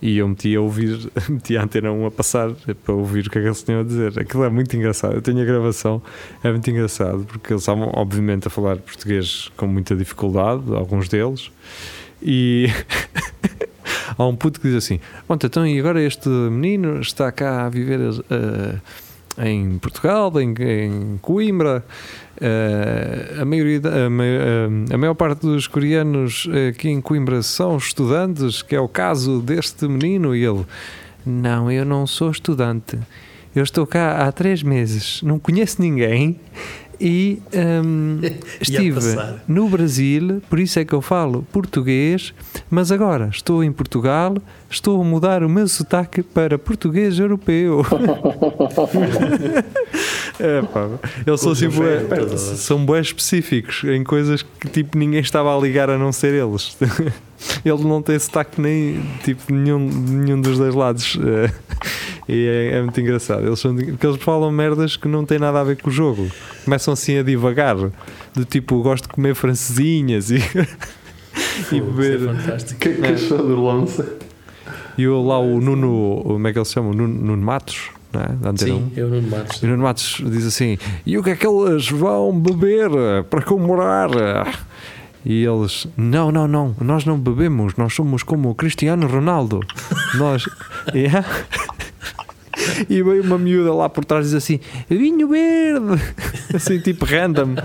Speaker 1: E eu meti a ouvir, meti a Antena 1 a passar é para ouvir o que aquele senhor a dizer. Aquilo é muito engraçado. Eu tenho a gravação, é muito engraçado, porque eles estavam, obviamente, a falar português com muita dificuldade, alguns deles. E há um puto que diz assim: Pronto, então e agora este menino está cá a viver eh, em Portugal, em, em Coimbra. Eh, a, maioria, da- a, ma- eh, a maior parte dos coreanos eh, aqui em Coimbra são estudantes, que é o caso deste menino. E ele: Não, eu não sou estudante. Eu estou cá há três meses, não conheço ninguém e ehm, estive
Speaker 7: passar.
Speaker 1: no Brasil, por isso é que eu falo português, mas agora estou em Portugal, estou a mudar o meu sotaque para português europeu. é, pá, eles são, assim, bué- são bué específicos em coisas que tipo ninguém estava a ligar a não ser eles. Ele não tem sotaque nem tipo nenhum, nenhum dos dois lados. eh, E é, é muito engraçado. Eles são, porque eles falam merdas que não têm nada a ver com o jogo. Começam assim a divagar. Do tipo, gosto de comer francesinhas e,
Speaker 7: e
Speaker 1: beber.
Speaker 7: é fantástico.
Speaker 3: Que cachorro de lança.
Speaker 1: e eu lá o Nuno, como é que ele se chama? O Nuno, Nuno Matos, não é? Da Antena 1.
Speaker 7: Sim, eu não mato.
Speaker 1: E o Nuno Matos diz assim: E o que é que eles vão beber para comemorar? E eles: Não, não, não, nós não bebemos, nós somos como o Cristiano Ronaldo. Nós. Yeah. E veio uma miúda lá por trás e diz assim: Vinho verde! Assim, tipo random.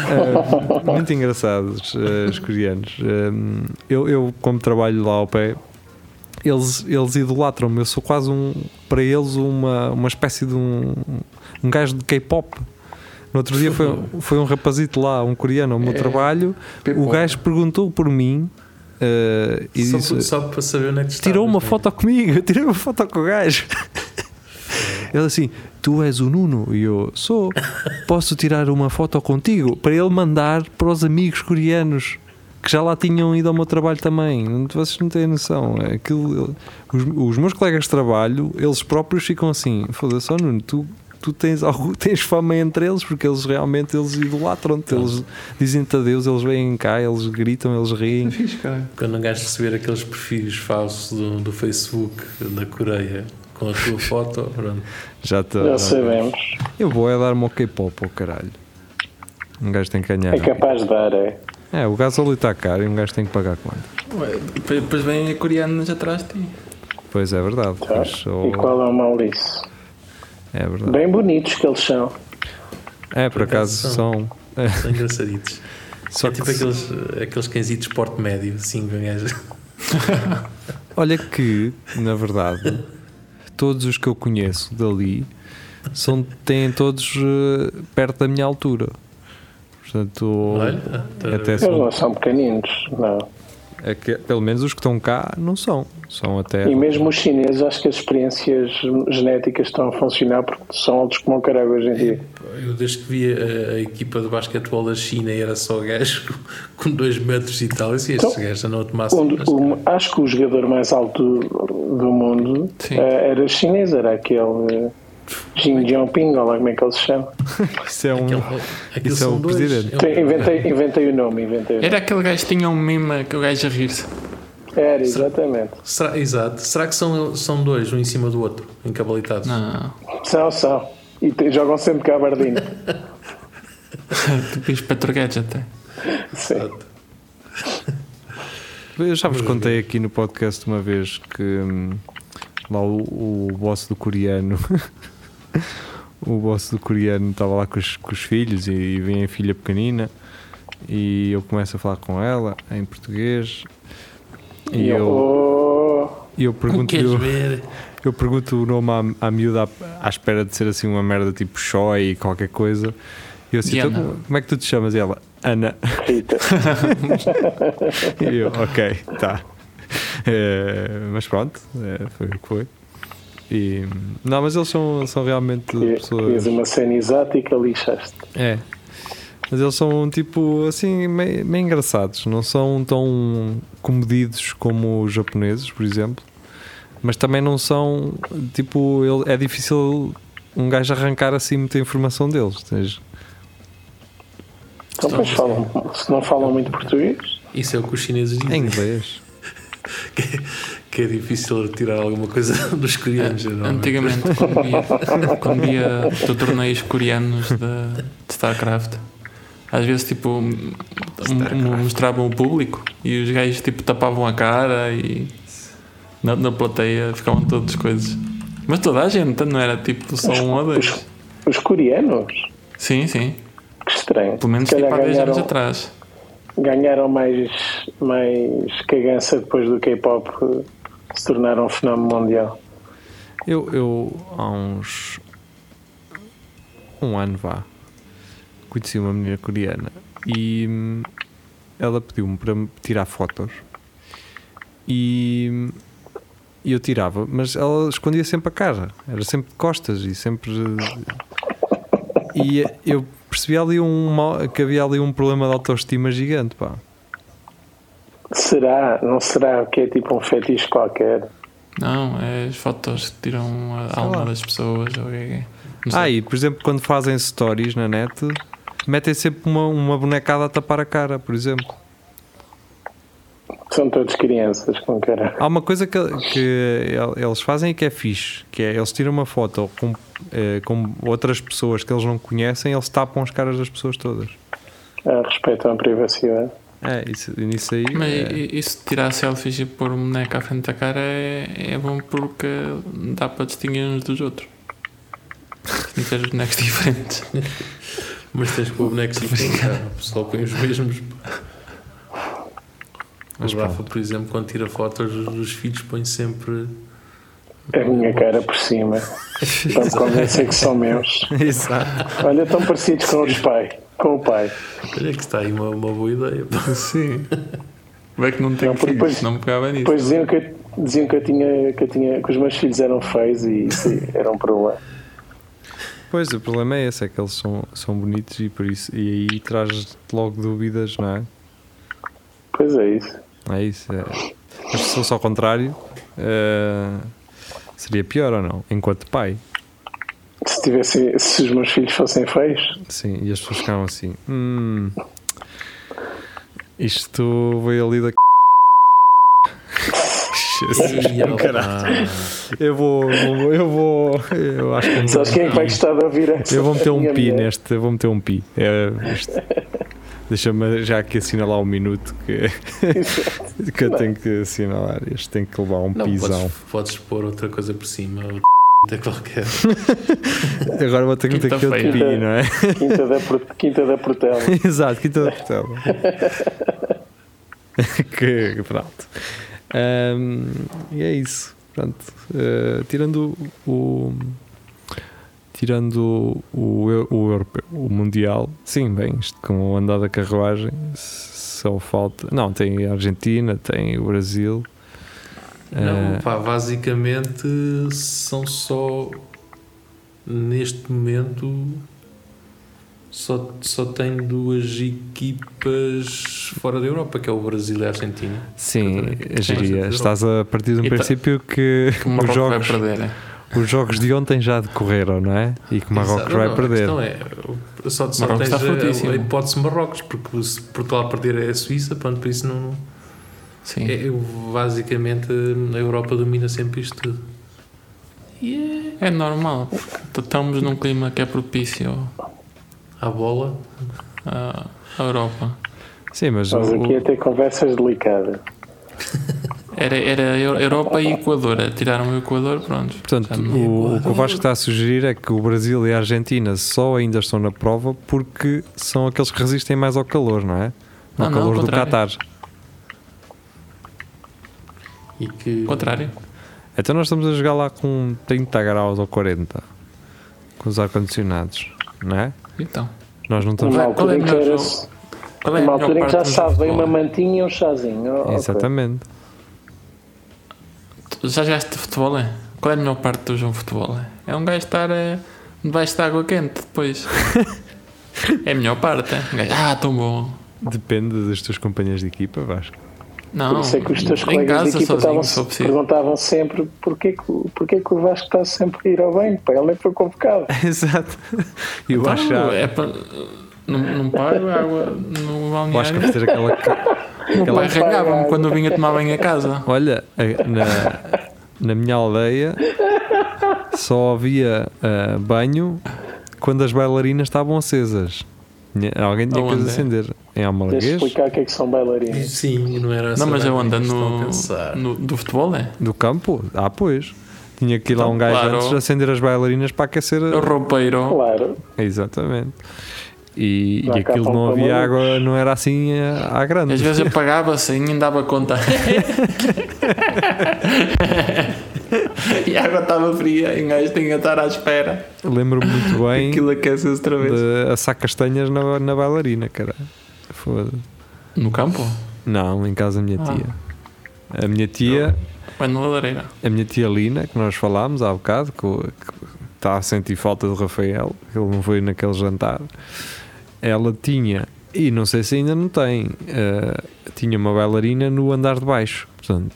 Speaker 1: Ah, muito engraçados ah, os coreanos. Ah, eu, eu, como trabalho lá ao pé, eles, eles idolatram-me. Eu sou quase um, para eles, uma, uma espécie de um, um gajo de K-pop. No outro dia foi, foi um rapazito lá, um coreano, ao meu trabalho. O gajo perguntou por mim eh, e
Speaker 7: só,
Speaker 1: disse,
Speaker 7: por- só para saber onde é que está.
Speaker 1: tirou uma foto comigo, eu tirei uma foto com o gajo. Ele assim, tu és o Nuno? E eu, sou. Posso tirar uma foto contigo? Para ele mandar para os amigos coreanos que já lá tinham ido ao meu trabalho também. Não- Vocês não têm noção. É Aquilo, os, os meus colegas de trabalho, eles próprios ficam assim: foda-se, ó Nuno, tu, tu tens, algo, tens fama entre eles porque eles realmente eles idolatram-te. Eles dizem-te adeus, eles vêm cá, eles gritam, eles riem.
Speaker 3: É fixe, caralho.
Speaker 7: Quando um gajo receber aqueles perfis falsos do, do Facebook da Coreia com a tua foto, pronto.
Speaker 1: Já, tá,
Speaker 8: Já sabemos.
Speaker 1: Eu vou é dar-me ao K-pop, ao caralho. Um gajo tem que ganhar.
Speaker 8: É capaz de dar, é.
Speaker 1: É, o gasóleo está caro e um gajo tem que pagar quanto?
Speaker 3: Ué, depois- Depois vêm coreanos atrás de ti.
Speaker 1: Pois é verdade.
Speaker 8: Tá?
Speaker 1: Pois, ou-
Speaker 8: E qual é o Maurício?
Speaker 1: É verdade.
Speaker 8: Bem bonitos que eles são.
Speaker 1: É, por acaso
Speaker 7: acaso
Speaker 1: são. é,
Speaker 7: São engraçaditos.
Speaker 1: só
Speaker 7: é tipo
Speaker 1: que se-
Speaker 7: aqueles, aqueles cãezitos de porte médio, assim, com um gajo.
Speaker 1: Olha que, na verdade, todos os que eu conheço dali são, têm todos eh, perto da minha altura. Portanto,
Speaker 7: Olha, tá-
Speaker 1: até
Speaker 8: Eles
Speaker 1: são,
Speaker 8: não são pequeninos, não.
Speaker 1: é que, pelo menos os que estão cá não são. São
Speaker 3: É
Speaker 1: até.
Speaker 8: E mesmo os chineses, acho que as experiências genéticas estão a funcionar porque são altos como um caralho hoje em dia.
Speaker 7: Eu desde que vi a, a equipa de basquetebol da China e era só gajo com- com 2 metros e tal, e assim, estes
Speaker 8: Então,
Speaker 7: gajos andam a tomar
Speaker 8: Um-
Speaker 7: sopas.
Speaker 8: um- acho que o jogador mais alto do, do mundo
Speaker 3: Sim.
Speaker 8: eh, era chinês, era aquele eh, Jin Jinping, ou lá como é que ele se chama.
Speaker 1: Isso é um.
Speaker 7: Aquele- aquele
Speaker 1: Isso é
Speaker 7: são
Speaker 1: o
Speaker 7: dois.
Speaker 1: presidente.
Speaker 7: É um-
Speaker 8: Sim, inventei, inventei o nome, inventei o nome.
Speaker 3: Era aquele gajo que tinha um meme, aquele gajo a rir-se.
Speaker 8: Era, exatamente.
Speaker 7: um- será, exato. Será que são, são dois, um em cima do outro, encabalitados?
Speaker 3: Não,
Speaker 8: São, são. E te- jogam sempre cá a Bardina.
Speaker 3: tu pires para Torguedes até.
Speaker 8: Sim.
Speaker 1: Eu já vos contei aqui no podcast uma vez que hum, lá o, o boss do coreano o boss do coreano estava lá com os, com os filhos e, e vem a filha pequenina e eu começo a falar com ela em português e eu,
Speaker 8: Oh,
Speaker 1: e eu
Speaker 3: O que
Speaker 1: pergunto-lhe
Speaker 3: queres
Speaker 1: o-
Speaker 3: ver?
Speaker 1: eu pergunto o nome à, à miúda à, à espera de ser assim uma merda tipo Shoy e qualquer coisa e eu assim,
Speaker 3: Diana.
Speaker 1: "Então, como é que tu te chamas? E ela, Ana
Speaker 8: Rita.
Speaker 1: E eu, ok, tá. Eh, mas pronto, eh, foi o que foi. E, não, mas eles são, são realmente
Speaker 8: Oh, Fiz
Speaker 1: pessoas.
Speaker 8: uma cena exótica, lixaste.
Speaker 1: É. Mas eles são tipo assim, meio, meio engraçados. Não são tão comedidos como os japoneses, por exemplo. Mas também não são tipo. ele- é difícil um gajo arrancar assim muita informação deles. Tens-
Speaker 8: Então, pois falam, se não falam muito português,
Speaker 7: Isso é o que os chineses
Speaker 1: É
Speaker 7: dizem.
Speaker 1: inglês.
Speaker 7: Que é difícil tirar alguma coisa dos coreanos.
Speaker 3: Ah,
Speaker 7: geralmente.
Speaker 3: Antigamente, quando via, quando via tu torneios coreanos de, de StarCraft, às vezes tipo m- m- mostravam o público e os gajos tipo tapavam a cara e na, na plateia ficavam todas coisas. Mas toda a gente, não era tipo só um ou dois.
Speaker 8: os coreanos,
Speaker 3: Sim, sim.
Speaker 8: que estranho.
Speaker 3: Pelo menos
Speaker 8: Se
Speaker 3: tipo
Speaker 8: calhar
Speaker 3: há 10 anos
Speaker 8: ganharam,
Speaker 3: atrás.
Speaker 8: ganharam mais, mais cagança depois do K-pop eh, se tornaram um fenómeno mundial.
Speaker 1: Eu, eu há uns um ano vá conheci uma menina coreana e hum, ela pediu-me para me tirar fotos e hum, e eu tirava, mas ela escondia sempre a cara, era sempre de costas e sempre e eu percebi ali um mal- que havia ali um problema de autoestima gigante, pá.
Speaker 8: Será? Não será que é tipo um fetiche qualquer?
Speaker 3: Não, é as fotos que tiram a alma
Speaker 1: lá.
Speaker 3: das pessoas. Ou o que é que é. Não sei.
Speaker 1: Ah, e por exemplo, quando fazem stories na net, metem sempre uma, uma bonecada a tapar a cara, por exemplo.
Speaker 8: São todos crianças, com caralho.
Speaker 1: Há uma coisa que, que el- eles fazem e que é fixe, que é eles tiram uma foto com, eh, com outras pessoas que eles não conhecem, eles tapam as caras das pessoas todas.
Speaker 8: Ah, respeitam a privacidade.
Speaker 1: É, isso, nisso aí.
Speaker 3: Mas
Speaker 1: é.
Speaker 3: i- isso de tirar selfies e pôr um boneco à frente da cara é, é bom porque dá para distinguir uns dos outros. Tinha que ter os bonecos diferentes.
Speaker 7: Mas tens que pôr bonecos diferentes. cara. O pessoal põe os mesmos.
Speaker 1: Mas
Speaker 7: o Rafa, por exemplo, quando tira fotos dos filhos, põe sempre.
Speaker 8: A minha cara por cima. Para me convencer que são meus.
Speaker 1: Exato.
Speaker 8: Olha, estão parecidos com os pai. Com o pai.
Speaker 7: Olha que está aí uma, uma boa ideia.
Speaker 1: Sim.
Speaker 3: Como é que não tenho
Speaker 8: Não,
Speaker 3: filhos?
Speaker 8: porque depois-
Speaker 3: Não me pegava nisso.
Speaker 8: Depois diziam que, eu- diziam que eu tinha, que eu tinha que os meus filhos eram feios e isso era um problema.
Speaker 1: Pois, o problema é esse, é que eles são, são bonitos e por isso e aí traz logo dúvidas, não é?
Speaker 8: Pois é isso.
Speaker 1: É isso. É. Mas se fosse ao contrário, eh, seria pior ou não? Enquanto pai,
Speaker 8: Se, tivesse, se os meus filhos fossem feios,
Speaker 1: sim, e as pessoas ficavam assim: hum, isto veio ali da. c****."
Speaker 7: E, opa,
Speaker 1: Eu vou, eu vou, eu acho que eu
Speaker 8: sabes quem é que vai gostar de ouvir essa?
Speaker 1: Eu vou meter
Speaker 8: A minha
Speaker 1: um pi
Speaker 8: mulher.
Speaker 1: neste, eu vou meter um pi. É, isto- Deixa-me já aqui assinalar um minuto que, que eu tenho que assinalar. Este tem que levar um
Speaker 7: não,
Speaker 1: pisão.
Speaker 7: podes, podes pôr outra coisa por cima, ou até qualquer.
Speaker 1: Agora vou ter que meter
Speaker 7: tá
Speaker 1: aqui outro pi,
Speaker 3: Quinta-feira.
Speaker 1: não é?
Speaker 8: Quinta da, Pro- Quinta da Portela.
Speaker 1: Exato, quinta da portela. que pronto. Ahm, e é isso. Pronto. Ah, tirando o. Tirando o, eu- o europeu, o mundial, sim, bem, isto com o andar da carruagem, s- só falta. Não, tem a Argentina, tem o Brasil.
Speaker 7: Não,
Speaker 3: Eh,
Speaker 1: Ah,
Speaker 7: pá, basicamente são só neste momento só, só tem duas equipas fora da Europa, que é o Brasil e a Argentina.
Speaker 1: sim,
Speaker 7: exatamente.
Speaker 1: Geria, estás a partir de um
Speaker 3: E tá-
Speaker 1: princípio que
Speaker 3: O
Speaker 1: os
Speaker 3: Marrocos vai
Speaker 1: jogos,
Speaker 3: perder. é?
Speaker 1: os jogos de ontem já decorreram, não é? E que o Marrocos
Speaker 7: Exato.
Speaker 1: vai
Speaker 7: Não, a
Speaker 1: perder.
Speaker 7: questão é, o- só, só
Speaker 3: Marrocos
Speaker 7: tens
Speaker 3: está
Speaker 7: a,
Speaker 3: fortíssimo.
Speaker 7: a hipótese de Marrocos, porque se Portugal perder é a Suíça, pronto, por isso não. não-
Speaker 3: Sim.
Speaker 7: é- é- basicamente a Europa domina sempre isto tudo.
Speaker 3: É normal, porque estamos num clima que é propício
Speaker 7: À bola,
Speaker 3: à à Europa.
Speaker 1: Sim, mas
Speaker 8: Estamos
Speaker 1: o-
Speaker 8: aqui a ter conversas delicadas.
Speaker 3: Era, era Eu- Europa e Equador, tiraram o Equador, pronto.
Speaker 1: Portanto,
Speaker 3: Já não-
Speaker 1: o, o que o Vasco está a sugerir é que o Brasil e a Argentina só ainda estão na prova porque são aqueles que resistem mais ao calor, não é? Ao
Speaker 3: Não, não, ao
Speaker 1: calor do
Speaker 3: contrário.
Speaker 1: Qatar.
Speaker 7: e que.
Speaker 3: o contrário.
Speaker 1: Então nós estamos a jogar lá com 30 graus ou 40, com os ar-condicionados, não é?
Speaker 3: Então,
Speaker 1: Nós não estamos.
Speaker 8: Numa
Speaker 3: qual é- qual é
Speaker 8: altura em que
Speaker 3: melhor
Speaker 8: era-
Speaker 3: jogo? qual é a melhor
Speaker 8: numa altura em que
Speaker 3: parte é
Speaker 8: já
Speaker 3: do
Speaker 8: sabe bem
Speaker 3: futebol?
Speaker 8: uma mantinha e um chazinho. Oh, ok.
Speaker 1: Exatamente.
Speaker 3: Já jogaste futebol, é? Qual é a melhor parte do jogo de futebol? É, é um gajo estar eh, debaixo de água quente depois. é a melhor parte, é? Um gajo, ah, tão bom.
Speaker 1: Depende das tuas companhias de equipa, Vasco.
Speaker 3: Não,
Speaker 8: Por isso é que os teus
Speaker 3: em
Speaker 8: colegas de
Speaker 3: casa
Speaker 8: equipa
Speaker 3: sozinho,
Speaker 8: estavam,
Speaker 3: se for possível.
Speaker 8: perguntavam sempre porquê que, o- porquê que o Vasco está sempre a ir ao banho. Pá, ele nem foi convocado.
Speaker 1: É Exato. E o
Speaker 3: Então,
Speaker 1: Vasco já.
Speaker 3: é para- não, não pago água no
Speaker 1: o Vasco
Speaker 3: balneário.
Speaker 1: vai ter aquela. ca-
Speaker 3: Meu pai
Speaker 8: Não paga
Speaker 3: arranhava-me
Speaker 8: água.
Speaker 3: quando eu vinha tomar banho a casa.
Speaker 1: Olha, a- na, na minha aldeia só havia ah, banho quando as bailarinas estavam acesas. Tinha- Alguém tinha que as
Speaker 3: Aonde é?
Speaker 1: acender. Em
Speaker 8: Deixa
Speaker 1: Almalaguês,
Speaker 8: explicar o que é que são bailarinos.
Speaker 7: Sim, não era essa
Speaker 3: Não, mas eu
Speaker 7: bem
Speaker 3: ando
Speaker 7: que estão a
Speaker 3: no,
Speaker 7: pensar.
Speaker 3: no- do futebol, é?
Speaker 1: do campo. Ah, pois. Tinha que ir lá
Speaker 3: Então,
Speaker 1: um gajo
Speaker 3: claro.
Speaker 1: antes de acender as bailarinas para aquecer.
Speaker 3: O
Speaker 1: A...
Speaker 3: roupeiro.
Speaker 8: Claro.
Speaker 1: Exatamente. E, e
Speaker 8: Lá cá tá um
Speaker 1: aquilo
Speaker 8: estão
Speaker 1: não
Speaker 8: para
Speaker 1: havia
Speaker 8: malucos.
Speaker 1: água, não era assim ah, à grande.
Speaker 3: Às vezes apagava assim e nem dava conta. e a água estava fria e um gajo tinha que estar à espera.
Speaker 1: Lembro-me muito bem
Speaker 3: Aquilo é aquece-se outra vez.
Speaker 1: de assar castanhas na, na bailarina, cara. Foda.
Speaker 3: No campo?
Speaker 1: Não, em casa da minha
Speaker 3: Ah.
Speaker 1: tia. A minha tia.
Speaker 3: Mas na lareira.
Speaker 1: A minha tia Lina, que nós falámos há bocado, que, o- que está a sentir falta do Rafael, que ele não foi naquele jantar, ela tinha, e não sei se ainda não tem, eh, tinha uma bailarina no andar de baixo. Portanto,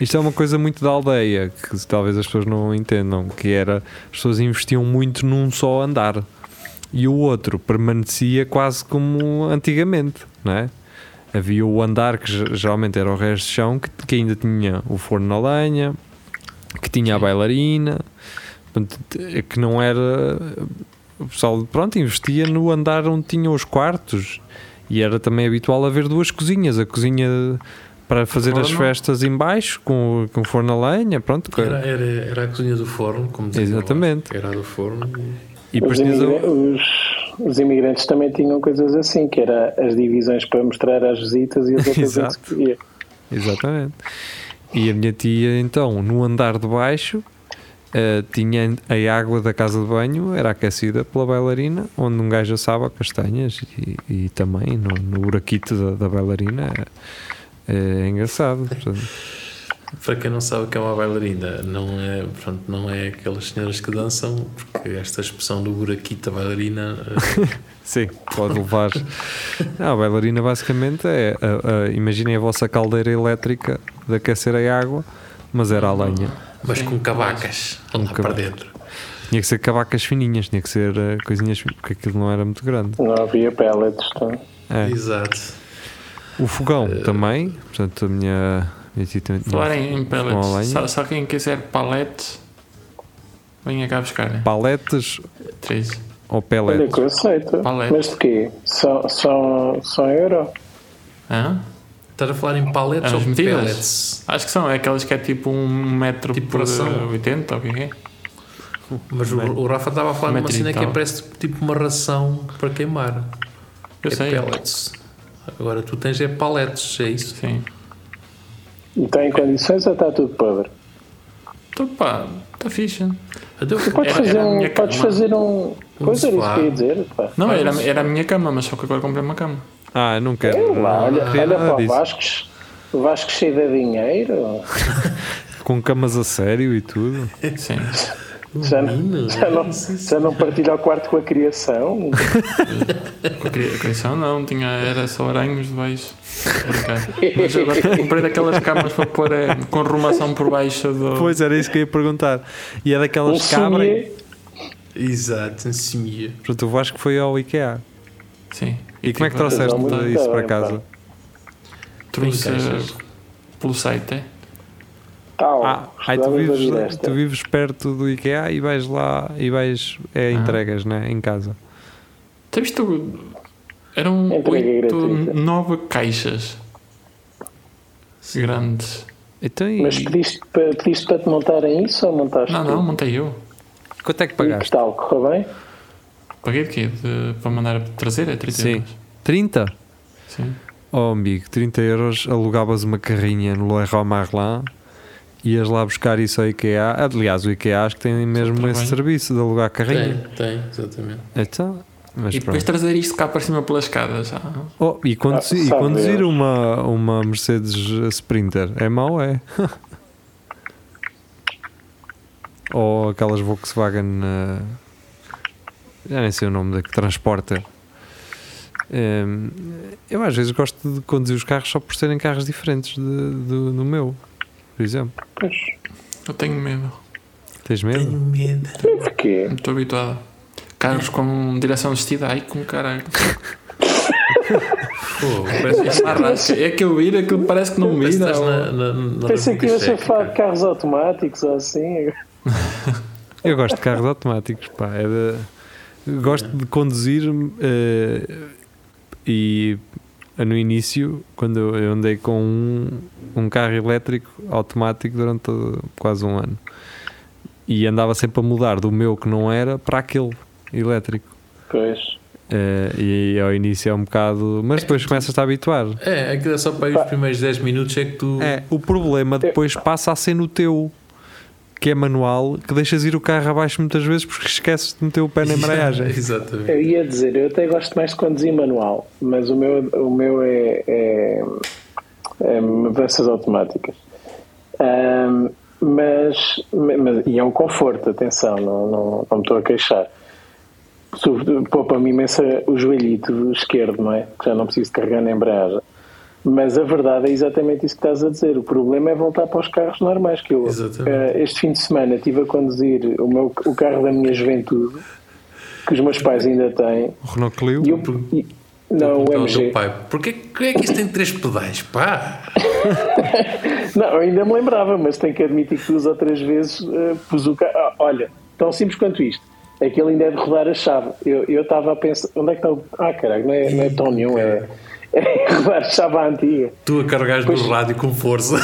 Speaker 1: isto é uma coisa muito da aldeia, que talvez as pessoas não entendam, que era as pessoas investiam muito num só andar e o outro permanecia quase como antigamente, não é? Havia o andar que ge- geralmente era o resto de chão, que, que ainda tinha o forno na lenha, que tinha a bailarina, portanto, t- que não era. O pessoal, pronto, investia no andar onde tinham os quartos e era também habitual haver duas cozinhas: a cozinha para fazer as
Speaker 3: Forno.
Speaker 1: festas em baixo, com, com forno na lenha, pronto.
Speaker 7: Era, era, era a cozinha do forno, como dizia
Speaker 1: Exatamente.
Speaker 7: lá. Era a do forno.
Speaker 1: E depois
Speaker 8: Os,
Speaker 1: tinhas a-
Speaker 8: imigra- os- os imigrantes também tinham coisas assim, que era as divisões para mostrar às visitas e as outras em que se
Speaker 1: Exato.
Speaker 8: podia.
Speaker 1: Exatamente. E a minha tia, então, no andar de baixo, eh, tinha a água da casa de banho, era aquecida pela bailarina, onde um gajo assava castanhas e, e também no, no buraquito da, da bailarina eh, É engraçado. portanto.
Speaker 7: Para quem não sabe o que é uma bailarina, não é, pronto, não é aquelas senhoras que dançam, porque esta expressão do buraquita bailarina eh,
Speaker 1: Sim, pode levar. Não, a bailarina basicamente é. a- a- imaginem a vossa caldeira elétrica de aquecer a água, mas era a lenha.
Speaker 7: mas com cavacas lá para
Speaker 1: cavaco.
Speaker 7: dentro.
Speaker 1: Tinha que ser cavacas fininhas, tinha que ser eh, coisinhas. fin- porque aquilo não era muito grande.
Speaker 8: Não havia pellets, tá?
Speaker 1: É.
Speaker 7: Exato.
Speaker 1: O fogão também, portanto, a minha. minha tia também tinha
Speaker 3: Falar
Speaker 1: um
Speaker 3: em, em
Speaker 1: fogão a lenha.
Speaker 3: pellets. Se, se alguém quiser paletes, venha cá buscar. é?
Speaker 1: Paletes
Speaker 3: Três.
Speaker 1: ou
Speaker 8: Olha que
Speaker 1: pellets?
Speaker 8: eu aceito.
Speaker 3: Palete.
Speaker 8: Mas de quê? Só, só, só euro?
Speaker 3: Hã?
Speaker 7: Estás a falar em paletes
Speaker 3: As
Speaker 7: ou
Speaker 3: medidas?
Speaker 7: pellets?
Speaker 3: Acho que são aquelas que é tipo um metro
Speaker 7: Tipo
Speaker 3: por
Speaker 7: ração.
Speaker 3: eh, 80 ou o que é que é?
Speaker 7: Mas o, o Rafa estava a falar de uma
Speaker 3: Metro e
Speaker 7: cena que
Speaker 3: tal.
Speaker 7: é parece tipo uma ração para queimar.
Speaker 3: Eu
Speaker 7: é
Speaker 3: sei.
Speaker 7: pellets. Agora tu tens é paletes, é isso?
Speaker 3: Sim.
Speaker 8: E está em condições ou está tudo podre?
Speaker 3: Então pá, está fixe.
Speaker 7: Até o-
Speaker 3: Era- era
Speaker 8: Podes fazer
Speaker 3: a minha
Speaker 8: um. Podes
Speaker 3: cama.
Speaker 8: fazer um. Pois era isso
Speaker 7: sofá.
Speaker 8: que eu ia dizer. Pá.
Speaker 3: Não, era, era a minha cama, mas só que agora comprei uma cama.
Speaker 1: Ah, não quero.
Speaker 8: Sei lá, olha,
Speaker 1: não queria
Speaker 8: olha
Speaker 1: nada
Speaker 8: para o
Speaker 1: disso.
Speaker 8: Vasques. O Vasco cheio de dinheiro.
Speaker 1: Com camas a sério e tudo.
Speaker 7: É.
Speaker 3: Sim.
Speaker 8: Já, não- já, não, já não partilha o quarto com a criação.
Speaker 3: Com a cri- a criação não, tinha, era só aranhos de baixo. Brincar. Mas agora comprei daquelas camas para pôr eh, com rumação por baixo do.
Speaker 1: Pois era isso que eu ia perguntar. E é
Speaker 8: Um
Speaker 1: daquelas que abrem.
Speaker 8: sommelier.
Speaker 7: Exato, em simia.
Speaker 1: Portanto, o Vasco foi ao IKEA.
Speaker 3: Sim.
Speaker 1: E, como é que
Speaker 3: tipo,
Speaker 1: trouxeste
Speaker 8: Não, muito
Speaker 1: isso para
Speaker 8: bem,
Speaker 1: casa?
Speaker 3: Trouxe
Speaker 7: Tem caixas.
Speaker 3: pelo site, é?
Speaker 8: Tal.
Speaker 1: Ah, ai, tu,
Speaker 8: Estávamos a
Speaker 1: vives,
Speaker 8: ouvir
Speaker 1: lá-
Speaker 8: esta.
Speaker 1: tu vives perto do IKEA e vais lá e vais é, entregas, né? Em casa.
Speaker 3: Então isto eram
Speaker 8: Entrega
Speaker 3: um oito,
Speaker 8: gratuita.
Speaker 3: nove caixas grandes.
Speaker 1: Então, e,
Speaker 8: Mas pediste, pa- pediste para te montarem isso ou montaste
Speaker 3: Não,
Speaker 8: tu?
Speaker 3: não, montei eu.
Speaker 1: quanto é que
Speaker 8: E que
Speaker 1: pagaste?
Speaker 8: tal? Correu bem?
Speaker 3: Paguei de quê? De- para mandar trazer é 30
Speaker 1: Sim.
Speaker 3: euros.
Speaker 1: 30?
Speaker 3: Sim.
Speaker 1: Oh, amigo, 30 euros alugavas uma carrinha no Leroy Marlin. Ias lá buscar isso ao IKEA. Aliás, o IKEA acho que tem mesmo
Speaker 3: trabalho. É.
Speaker 1: esse serviço de alugar carrinha.
Speaker 7: Tem, tem, exatamente.
Speaker 1: Então, mas
Speaker 3: E depois
Speaker 1: pronto.
Speaker 3: trazer isto cá para cima pelas escadas. Ah,
Speaker 1: Oh, e conduzi-
Speaker 8: Ah,
Speaker 1: e
Speaker 8: sabe
Speaker 1: conduzir
Speaker 8: Deus.
Speaker 1: uma, uma Mercedes Sprinter é mau, é? Ou aquelas Volkswagen. eh, já nem sei o nome da que transporta. Em, eu às vezes gosto de conduzir os carros só por serem carros diferentes de- do, do meu, por exemplo.
Speaker 3: eu tenho medo.
Speaker 1: Tens medo?
Speaker 7: medo.
Speaker 8: Porquê?
Speaker 3: Não Estou habituado. Carros com direção assistida, ai com caralho.
Speaker 7: Pô, parece que
Speaker 3: É marrasca. É que eu vira, aquilo parece que não
Speaker 7: parece que
Speaker 3: vira.
Speaker 7: estás
Speaker 3: ou-
Speaker 7: na, na, na
Speaker 8: Pensei
Speaker 7: República
Speaker 8: que ia ser
Speaker 7: Checa.
Speaker 8: falar de carros automáticos ou assim.
Speaker 1: Eu gosto de carros automáticos, pá. é de- gosto de conduzir eh, e eh, no início, quando eu- eu andei com um, um carro elétrico automático durante todo- quase um ano e andava sempre a mudar do meu que não era para aquele elétrico.
Speaker 8: Pois.
Speaker 1: Eh, e ao início é um bocado, mas depois começas a habituar.
Speaker 7: É, aquilo é só para ir os primeiros 10 minutos é que tu.
Speaker 1: É, o problema depois passa a ser no teu, que é manual, que deixas ir o carro abaixo muitas vezes porque esqueces de meter o pé na embreagem.
Speaker 7: né? Exatamente.
Speaker 8: Eu ia dizer, eu até gosto mais de conduzir manual, mas o meu, o meu é, é, é mudanças automáticas. Ahm, mas, mas- e é um conforto, atenção, não, não, não me estou a queixar. Sobretudo, Poupa-me imenso o joelhito esquerdo, não é? Que já não preciso carregar na embreagem. Mas a verdade é exatamente isso que estás a dizer. O problema é voltar para os carros normais. Que eu,
Speaker 7: Exatamente.
Speaker 8: eh, este fim de semana, estive a conduzir o, meu, o carro da minha juventude, que os meus pais ainda têm.
Speaker 1: O Renault Clio?
Speaker 8: E o, e- não,
Speaker 7: Ao
Speaker 8: o
Speaker 7: É teu
Speaker 8: MG.
Speaker 7: pai. Porquê que é que isto tem três pedais? Pá!
Speaker 8: Não, eu ainda me lembrava, mas tenho que admitir que duas ou três vezes eh, pus o carro. Ah, olha, tão simples quanto isto. Aquilo ainda é de rodar a chave. Eu eu estava a pensar. Onde é que está o. Ah, caralho, não é, não é tão nenhum, é, é rodar a chave à antiga.
Speaker 7: Tu a carregares no rádio com força.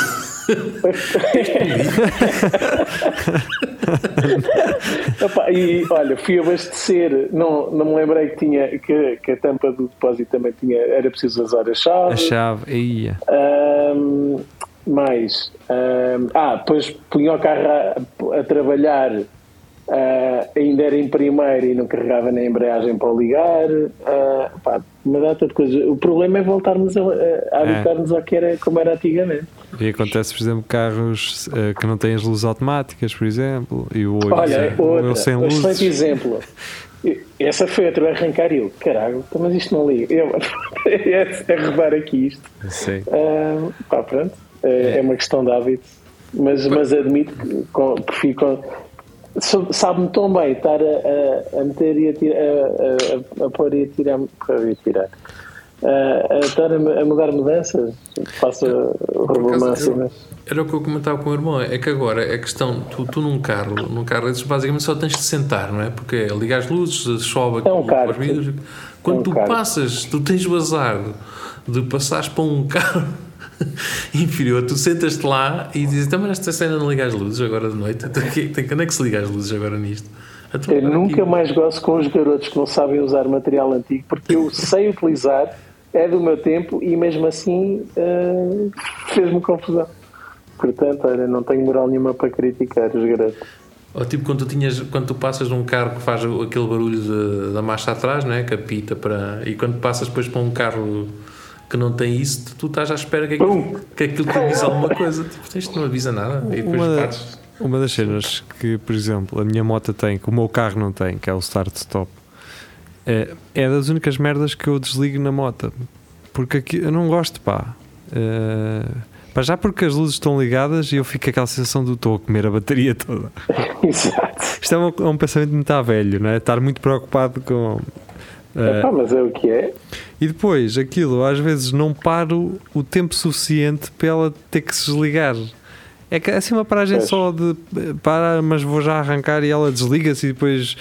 Speaker 8: Epá, e olha, fui abastecer, não, não me lembrei que tinha que, que a tampa do depósito também tinha, era preciso usar a chave.
Speaker 1: A chave, aí.
Speaker 8: Ahm, mais, ahm, ah, depois punha o carro a, a trabalhar Ah, ainda era em primeiro e não carregava na embreagem para o ligar. Ah, pá, uma data de coisas. O problema é voltarmos a, a habituar-nos ao que era como era antigamente.
Speaker 1: E acontece, por exemplo, carros eh, que não têm as luzes automáticas, por exemplo, e o oito
Speaker 8: Olha,
Speaker 1: sem- o
Speaker 8: outra,
Speaker 1: eu é, sem
Speaker 8: um excelente
Speaker 1: luzes.
Speaker 8: exemplo. Essa foi outra a arrancar e eu, caralho, então, mas isto não liga. Eu, é arrebar aqui isto.
Speaker 1: Sim.
Speaker 8: Ah, pá, pronto. É, é uma questão de hábito. Mas, mas admito que, com, que fico. sou- Sabe-me tão bem estar a, a, a meter e a tirar. A, a, a pôr e a tirar. pôr e a tirar. Ah, a estar a, a mudar mudanças. Faço romance,
Speaker 7: eu-
Speaker 8: mas.
Speaker 7: Era o que eu comentava com o meu irmão, é que agora a questão, tu, tu num carro, num carro desses, basicamente só tens de sentar, não é? Porque é ligar as luzes, sobe
Speaker 8: É um
Speaker 7: aquilo
Speaker 8: carro,
Speaker 7: para os vidros. Quando
Speaker 8: É um
Speaker 7: tu
Speaker 8: carro.
Speaker 7: passas, tu tens o azar de passares para um carro inferior, tu sentas-te lá e dizes, também esta cena não liga as luzes agora de noite, Então, que- tem- quando é que se liga as luzes agora nisto? Então,
Speaker 8: Eu
Speaker 7: agora
Speaker 8: nunca
Speaker 7: aqui-
Speaker 8: mais gosto com os garotos que não sabem usar material antigo, porque eu sei utilizar, é do meu tempo e mesmo assim ah, fez-me confusão. Portanto, olha, não tenho moral nenhuma para criticar os garotos.
Speaker 7: Ou tipo quando tu, tinhas, quando tu passas num carro que faz o- aquele barulho de- da marcha atrás, não é? Que apita para. E quando passas depois para um carro que não tem isso, tu, tu estás à espera que aquilo, que aquilo te avise alguma coisa. Tipo, isto não avisa nada. E depois
Speaker 1: Uma, da-
Speaker 7: partes.
Speaker 1: uma das cenas que, por exemplo, a minha moto tem, que o meu carro não tem, que é o start-stop, é, é das únicas merdas que eu desligo na moto. Porque aqui, eu não gosto, pá. Eh, pá, já porque as luzes estão ligadas e eu fico com aquela sensação do estou a comer a bateria toda.
Speaker 8: Exato.
Speaker 1: Isto é um, é um pensamento muito à velho, não é? Estar muito preocupado com. eh,
Speaker 8: Epá, mas é o que é.
Speaker 1: E depois, aquilo, às vezes não paro o tempo suficiente para ela ter que se desligar. É que assim uma paragem
Speaker 8: Pois.
Speaker 1: só de eh, para, mas vou já arrancar e ela desliga-se e depois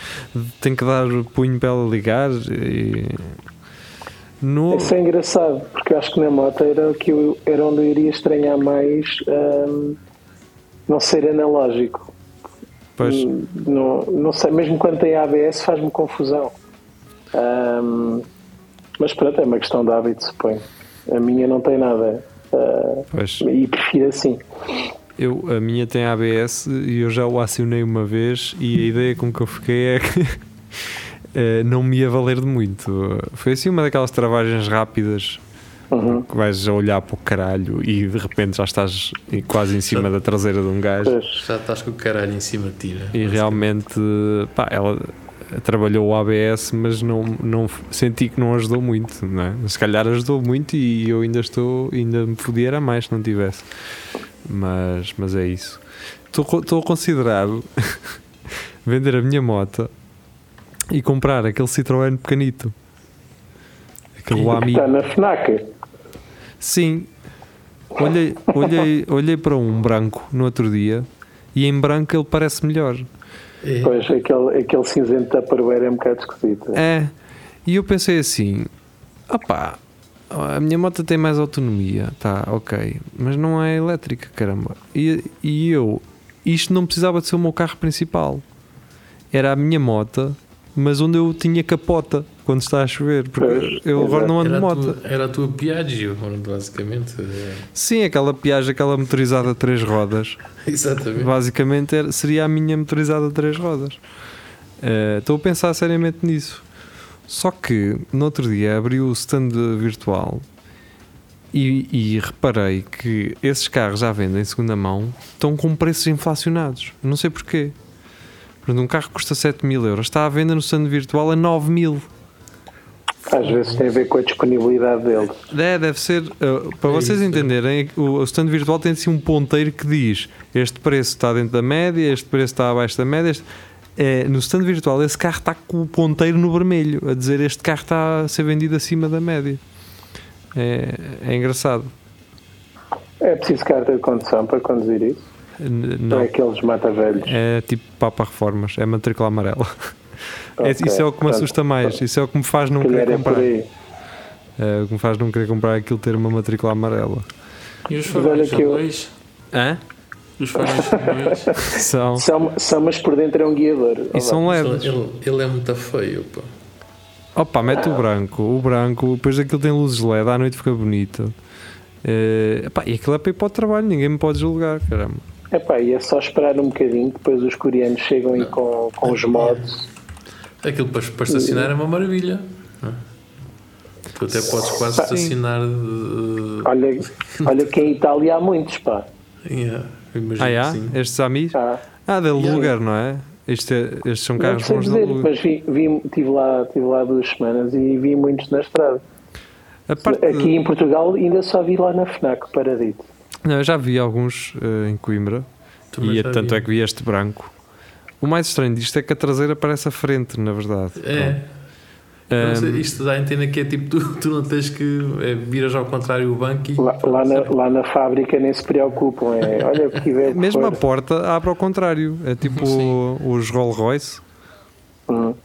Speaker 1: tenho que dar o punho para ela ligar e. No...
Speaker 8: Isso é engraçado, porque eu acho que na moto era, o que eu, era onde eu iria estranhar mais hum, não ser analógico.
Speaker 1: Pois,
Speaker 8: Hum, Não, não sei, mesmo quando tem ABS faz-me confusão. Hum, mas pronto, é uma questão de hábito, suponho. A minha não tem nada. Ah,
Speaker 1: pois.
Speaker 8: e prefiro assim.
Speaker 1: Eu, a minha tem ABS e eu já o acionei uma vez e a ideia com que eu fiquei é que eh, não me ia valer de muito. Foi assim uma daquelas travagens rápidas que vais a olhar para o caralho e de repente já estás em- quase em cima da traseira de um gajo
Speaker 8: Pois,
Speaker 7: Já estás com o caralho em cima de ti. né?
Speaker 1: e realmente pá, ela trabalhou o ABS mas não, não senti que não ajudou muito não é? se calhar ajudou muito e eu ainda estou ainda me podia era mais se não tivesse mas, mas é isso estou co- estou a considerar vender a minha moto e comprar aquele Citroën pequenito aquele Ami
Speaker 8: Está na FNAC.
Speaker 1: Sim. Olhei, olhei, olhei para um branco no outro dia e em branco ele parece melhor.
Speaker 8: Pois, aquele, aquele cinzento da Parware é um bocado esquisito.
Speaker 1: É. E eu pensei assim: opá, a minha moto tem mais autonomia, tá, ok, mas não é elétrica, caramba. E, e eu, isto não precisava de ser o meu carro principal. Era a minha moto, mas onde eu tinha capota quando está a chover, porque
Speaker 8: Pois,
Speaker 1: eu agora não ando
Speaker 7: Era
Speaker 1: de
Speaker 7: a,
Speaker 1: moto.
Speaker 7: tua, era a tua Piaggio, basicamente. É,
Speaker 1: Sim, aquela piagem, aquela motorizada de três rodas.
Speaker 7: Exatamente.
Speaker 1: Basicamente era- seria a minha motorizada de três rodas. Eh, Estou a pensar seriamente nisso. Só que no outro dia abri o stand virtual e, e reparei que esses carros à venda em segunda mão estão com preços inflacionados. Não sei porquê. Portanto, um carro que custa 7 mil euros está à venda no stand virtual a 9 mil.
Speaker 8: Às vezes tem a ver com a disponibilidade deles.
Speaker 1: É, deve ser. uh, para vocês entenderem, é o, o stand virtual tem assim um ponteiro que diz este preço está dentro da média, este preço está abaixo da média. este- é, no stand virtual, esse carro está com o ponteiro no vermelho, a dizer este carro está a ser vendido acima da média. É, é engraçado.
Speaker 8: É preciso carta de condução para conduzir isso.
Speaker 1: N-
Speaker 8: Não. É
Speaker 1: Não,
Speaker 8: aqueles mata-velhos.
Speaker 1: é tipo Papa Reformas, é matrícula amarela. É-
Speaker 8: Ok,
Speaker 1: isso é o que me
Speaker 8: portanto,
Speaker 1: assusta mais, isso é o que me faz não
Speaker 8: Se calhar
Speaker 1: querer
Speaker 8: é por
Speaker 1: comprar.
Speaker 8: aí.
Speaker 1: É, o que me faz não querer comprar aquilo ter uma matrícula amarela.
Speaker 3: E os
Speaker 8: olha
Speaker 3: faróis são
Speaker 8: que eu-
Speaker 3: dois?
Speaker 1: Hã?
Speaker 3: Os faróis são dois?
Speaker 1: São.
Speaker 8: São, são, mas por dentro é um guiador.
Speaker 1: E são LEDs.
Speaker 7: Ele, ele é muito feio, pá.
Speaker 1: Opa, mete o branco, o branco, depois aquilo tem luzes LED, à noite fica bonito. Eh, epá, e aquilo é para ir para o trabalho, ninguém me pode julgar, caramba.
Speaker 8: Epá, e é só esperar um bocadinho, depois os coreanos chegam aí com, com os mods.
Speaker 7: Aquilo para, para estacionar é uma maravilha. não é? Tu até podes quase estacionar de.
Speaker 8: Olha, olha que em Itália há muitos, pá.
Speaker 7: Yeah, é. imagino
Speaker 1: Ah,
Speaker 7: que
Speaker 1: yeah?
Speaker 7: sim.
Speaker 1: estes Amis?
Speaker 8: Há.
Speaker 1: Ah, de lugar, não é? Isto é- Estes são
Speaker 8: Não
Speaker 1: carros
Speaker 8: sei
Speaker 1: bons de
Speaker 8: dizer,
Speaker 1: alugar.
Speaker 8: mas vi, vi, tive, lá, tive lá duas semanas e vi muitos na estrada.
Speaker 1: A parte de-
Speaker 8: Aqui em Portugal ainda só vi lá na FNAC, o paradito.
Speaker 1: Não, eu já vi alguns eh, em Coimbra
Speaker 7: Também
Speaker 1: e
Speaker 7: já
Speaker 1: tanto
Speaker 7: vi.
Speaker 1: é que vi este branco. O mais estranho disto é que a traseira parece a frente, na verdade.
Speaker 7: É. Eu não sei, isto dá a entender que é tipo, tu, tu não tens que. É, viras ao contrário o banco e.
Speaker 8: Lá, lá na, lá na fábrica nem se preocupam. É, olha o que tiver. o que
Speaker 1: Mesmo a
Speaker 8: for.
Speaker 1: porta abre ao contrário, é tipo
Speaker 7: Sim.
Speaker 1: os Rolls Royce.
Speaker 8: Hum.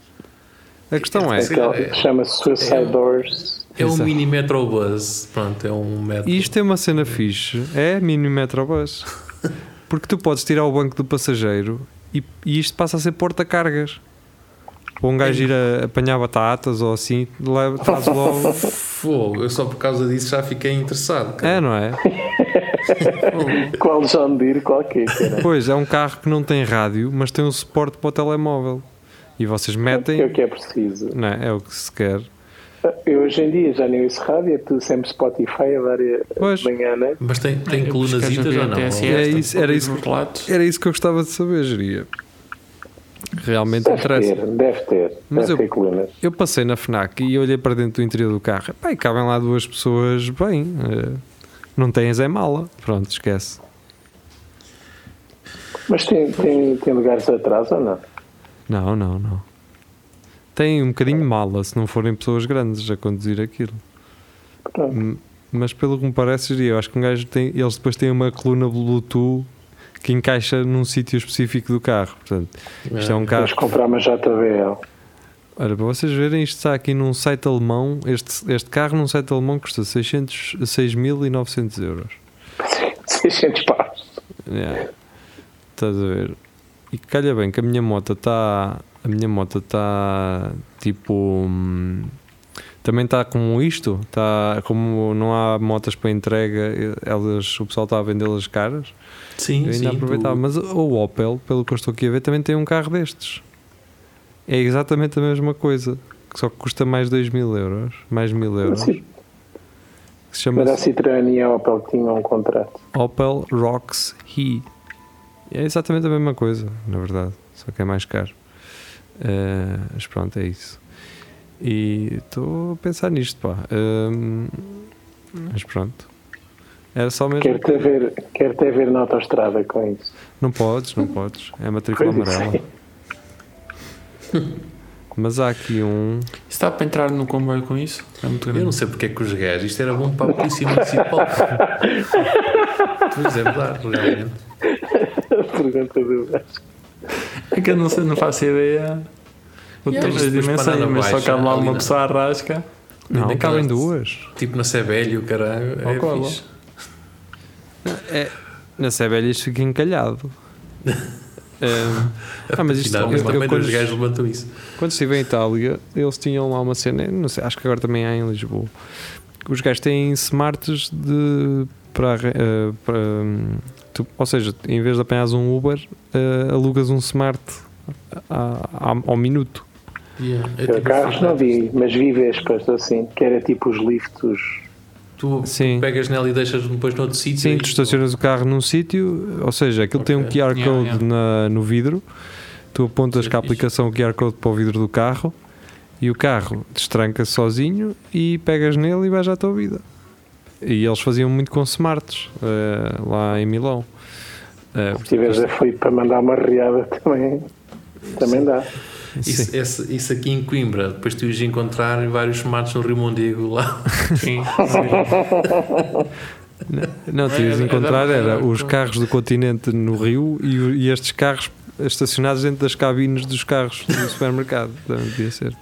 Speaker 1: A questão é,
Speaker 7: Sim.
Speaker 8: Aquela
Speaker 7: é-
Speaker 8: que chama-se Suicide
Speaker 7: é-
Speaker 8: Doors.
Speaker 7: É um
Speaker 1: Exato.
Speaker 7: mini Metrobus. Pronto, é um metro.
Speaker 1: isto é uma cena fixe, é mini metrobus. Porque tu podes tirar o banco do passageiro e, e isto passa a ser porta-cargas. Ou um gajo ir a apanhar batatas ou assim, leva, traz logo.
Speaker 7: Fogo, eu só por causa disso já fiquei interessado. cara.
Speaker 1: É, não é?
Speaker 8: Qual John Deere, qual que é, cara?
Speaker 1: Pois, é um carro que não tem rádio, mas tem um suporte para o telemóvel. E vocês
Speaker 8: É o
Speaker 1: metem.
Speaker 8: que é preciso.
Speaker 1: Não, é o que se quer.
Speaker 8: Eu hoje em dia já nem ouço rádio, é tudo sempre Spotify a dar a-
Speaker 1: Pois.
Speaker 8: de manhã, né?
Speaker 7: Mas tem,
Speaker 1: Ah,
Speaker 7: tem
Speaker 3: Eu
Speaker 7: colunas
Speaker 3: pesquei
Speaker 7: ou não?
Speaker 3: TSS,
Speaker 1: É isso- era
Speaker 3: todos
Speaker 1: isso
Speaker 3: os
Speaker 1: que-
Speaker 3: lados.
Speaker 1: Era isso que eu gostava de saber, geria. Realmente
Speaker 8: Deve
Speaker 1: interessa.
Speaker 8: ter, deve ter.
Speaker 1: Mas
Speaker 8: deve
Speaker 1: eu-
Speaker 8: ter colunas.
Speaker 1: Eu passei na FNAC e olhei para dentro do interior do carro. Pai, cabem lá duas pessoas bem. eh, Não tens é mala. Pronto, esquece.
Speaker 8: Mas tem, tem, tem lugares atrás ou não?
Speaker 1: Não, não, não. Tem um bocadinho de mala se não forem pessoas grandes a conduzir aquilo.
Speaker 8: Pronto.
Speaker 1: Hum, Mas pelo que me parece, eu acho que um gajo tem. Eles depois têm uma coluna Bluetooth que encaixa num sítio específico do carro. Portanto, isto é um
Speaker 8: Vamos
Speaker 1: carro.
Speaker 8: comprar uma JBL.
Speaker 1: Ora, para vocês verem, isto está aqui num site alemão. Este, este carro num site alemão custa 600 6.900 euros.
Speaker 8: 600 paus.
Speaker 1: Yeah. Estás a ver? E calha bem que a minha moto está. A minha moto está tipo. hum, Também está como isto. Está como não há motas para entrega, elas, o pessoal está a vendê-las caras.
Speaker 7: Sim,
Speaker 1: eu
Speaker 7: sim.
Speaker 1: ainda aproveitava.
Speaker 7: tu-
Speaker 1: Mas o Opel, pelo que eu estou aqui a ver, também tem um carro destes. É exatamente a mesma coisa. que Só que custa mais 2 mil euros. Mais mil euros.
Speaker 8: Sim,
Speaker 1: que se chama
Speaker 8: Mas a Citroën e a Opel tinham um contrato.
Speaker 1: Opel Rocks He. É exatamente a mesma coisa, na verdade, só que é mais caro. Eh, mas pronto, é isso. E estou a pensar nisto, pá. Hum, mas pronto. Era só mesmo.
Speaker 8: Quero-te ver, quero -te ver na autostrada com isso.
Speaker 1: Não podes, não podes. É matrícula
Speaker 8: Pois é.
Speaker 1: amarela. Mas há aqui um.
Speaker 3: Isso dá para entrar no comboio com isso? É muito grande.
Speaker 7: Eu não sei porque é que os gajos. Isto era bom para a Polícia Municipal. Pois é, verdade, realmente.
Speaker 8: A pergunta do gajo.
Speaker 3: É que eu não sei, não faço ideia. O yeah,
Speaker 7: Yeah, isto
Speaker 3: das
Speaker 7: depois para
Speaker 3: dimensões,
Speaker 7: lá
Speaker 3: mas só
Speaker 7: abaixo,
Speaker 3: cabe lá
Speaker 7: ali
Speaker 3: uma
Speaker 7: na-
Speaker 3: pessoa à rasca.
Speaker 1: Não,
Speaker 7: Nem
Speaker 1: cabem
Speaker 7: cabem
Speaker 1: duas.
Speaker 7: Tipo na Sebelho, caralho.
Speaker 3: Ao
Speaker 7: É
Speaker 3: colo.
Speaker 7: fixe.
Speaker 1: É, Na Sebelha isto fica encalhado. Hum, ah, mas isto
Speaker 7: Finalmente, também
Speaker 1: quando-
Speaker 7: dois gajos levantam isso.
Speaker 1: Quando estive em Itália, eles tinham lá uma cena, não sei, acho que agora também há em Lisboa. Os gajos têm smarts de. Para, arran- eh, para, hum, tu- ou seja, em vez de apanhares um Uber, eh, alugas um smart a- a- ao minuto.
Speaker 7: Yeah, é
Speaker 8: Eu
Speaker 7: tipo
Speaker 8: Carros não
Speaker 7: Ferrari.
Speaker 8: vi, mas vi vespas assim, que era tipo os liftos.
Speaker 7: Tu
Speaker 1: Sim.
Speaker 7: pegas nela e deixas depois noutro sítio.
Speaker 1: Sim,
Speaker 7: e-
Speaker 1: tu estacionas o carro num sítio, ou seja, aquilo tem um
Speaker 7: Ok.
Speaker 1: QR Code
Speaker 3: Yeah, yeah.
Speaker 1: na- no vidro, tu apontas
Speaker 7: Sim,
Speaker 1: com a
Speaker 7: fixe.
Speaker 1: aplicação o QR Code para o vidro do carro e o carro destranca sozinho e pegas nele e vais à tua vida. E eles faziam muito com smarts eh, lá em Milão. Eh,
Speaker 8: Se tiveres aflito para mandar uma riada também, também dá.
Speaker 1: sim.
Speaker 7: Isso, esse- isso aqui em Coimbra, depois tu ias encontrar vários matos no Rio Mondego lá.
Speaker 3: Sim.
Speaker 1: Não, tu ias
Speaker 3: É, é, é
Speaker 1: encontrar
Speaker 3: da-
Speaker 1: era os
Speaker 3: é.
Speaker 1: carros do continente no Rio e, o- e estes carros estacionados dentro das cabines dos carros do supermercado. Também podia ser.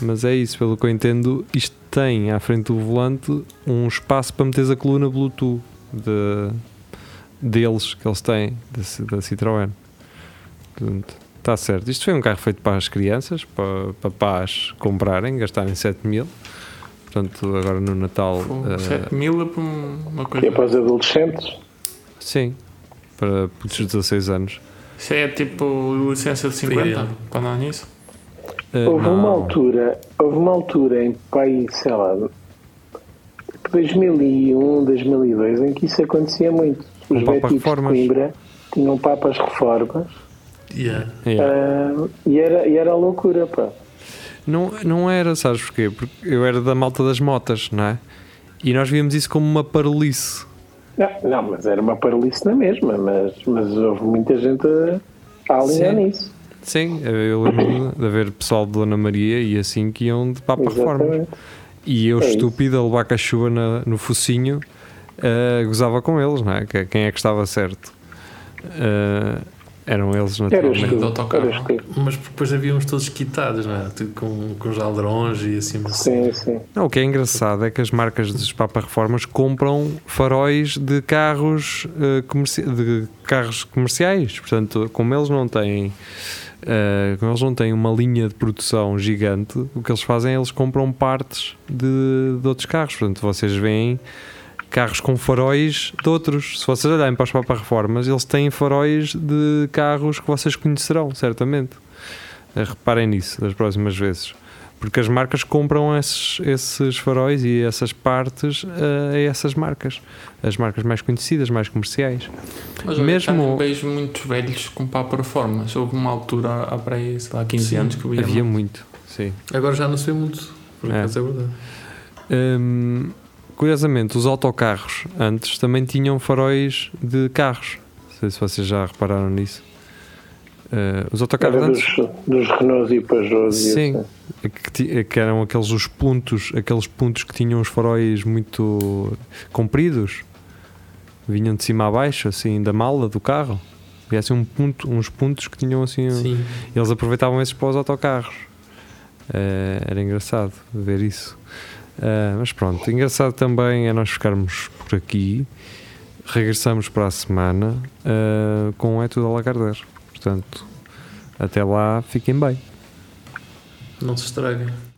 Speaker 1: Mas é isso, pelo que eu entendo, isto tem à frente do volante um espaço para meteres a coluna Bluetooth de- deles que eles têm, da, Ci- da Citroën. Portanto, está certo. Isto foi um carro feito para as crianças, para, para pais comprarem, gastarem 7 mil. Portanto, agora no
Speaker 3: Ah.
Speaker 1: Natal. eh,
Speaker 3: 7 tipo, mil é para um- uma
Speaker 8: E é
Speaker 3: coisa.
Speaker 8: para os adolescentes,
Speaker 1: Sim. Para para putos de 16 anos.
Speaker 3: Isso é tipo licença de 50
Speaker 7: Filho.
Speaker 3: para andar nisso?
Speaker 1: Eh,
Speaker 8: Houve uma
Speaker 1: não.
Speaker 8: altura, houve uma altura em pai, sei lá, tipo 2001, 2002, em que isso acontecia muito. Os
Speaker 1: Um Papa
Speaker 8: Betis de
Speaker 1: Reformas.
Speaker 8: Coimbra tinham papas reformas
Speaker 7: Yeah.
Speaker 1: Yeah.
Speaker 8: ah, e, era, e era loucura, pá.
Speaker 1: Não, não era, sabes porquê? Porque eu era da malta das motas, não é? E nós víamos isso como uma paralice.
Speaker 8: Não, não, mas era uma paralice na mesma, mas, mas houve muita gente a, a alinhar
Speaker 1: Sim.
Speaker 8: nisso.
Speaker 1: Sim, eh, eu lembro de haver pessoal de Dona Maria e assim que iam de papa reformas.
Speaker 8: Exatamente.
Speaker 1: E eu,
Speaker 8: É isso.
Speaker 1: estúpido, a levar com a chuva na- no focinho, eh, gozava com eles, não é? Que- Quem é que estava certo? Eh, eram eles,
Speaker 8: Eras
Speaker 1: naturalmente.
Speaker 3: Também do
Speaker 8: tu,
Speaker 3: autocarro.
Speaker 8: eras tu.
Speaker 7: Mas depois havíamos todos quitados, não é? Tipo, Com, com os aldraões e assim. mas-
Speaker 8: Sim, sim.
Speaker 1: Não, o que é engraçado é que as marcas dos Papa Reformas compram faróis de carros, eh, comerci- de carros comerciais. Portanto, como eles não têm, eh, como eles não têm uma linha de produção gigante, o que eles fazem é eles compram partes de, de outros carros. Portanto, vocês veem carros com faróis de outros. Se vocês olharem para os Papa Reformas, eles têm faróis de carros que vocês conhecerão, certamente. Eh, Reparem nisso das próximas vezes. Porque as marcas compram esses, esses faróis e essas partes eh, a essas marcas. As marcas mais conhecidas, mais comerciais.
Speaker 3: Mas olha,
Speaker 1: Mesmo-
Speaker 3: também vejo muitos velhos com pá performance. Houve uma altura há para aí, sei lá, 15 anos que eu ia
Speaker 1: Havia
Speaker 3: mais.
Speaker 1: muito, sim.
Speaker 7: Agora já não sei muito. Por
Speaker 1: É.
Speaker 7: acaso é verdade.
Speaker 1: Hum, curiosamente, os autocarros antes também tinham faróis de carros. Não sei se vocês já repararam nisso. Eh, os autocarros
Speaker 8: Era dos,
Speaker 1: antes.
Speaker 8: dos Renaults e Peugeots e
Speaker 1: Sim,
Speaker 8: assim.
Speaker 1: que, ti- que eram aqueles os pontos, aqueles pontos que tinham os faróis muito compridos, vinham de cima a baixo, assim, da mala do carro. E assim um ponto, uns pontos que tinham assim. um-
Speaker 7: Sim.
Speaker 1: Eles aproveitavam esses para os autocarros. Eh, era engraçado ver isso. Eh, mas pronto, engraçado também é nós ficarmos por aqui. Regressamos para a semana eh, com É Tudo a Lagarder. Portanto, até lá, fiquem bem.
Speaker 7: Não se estraguem.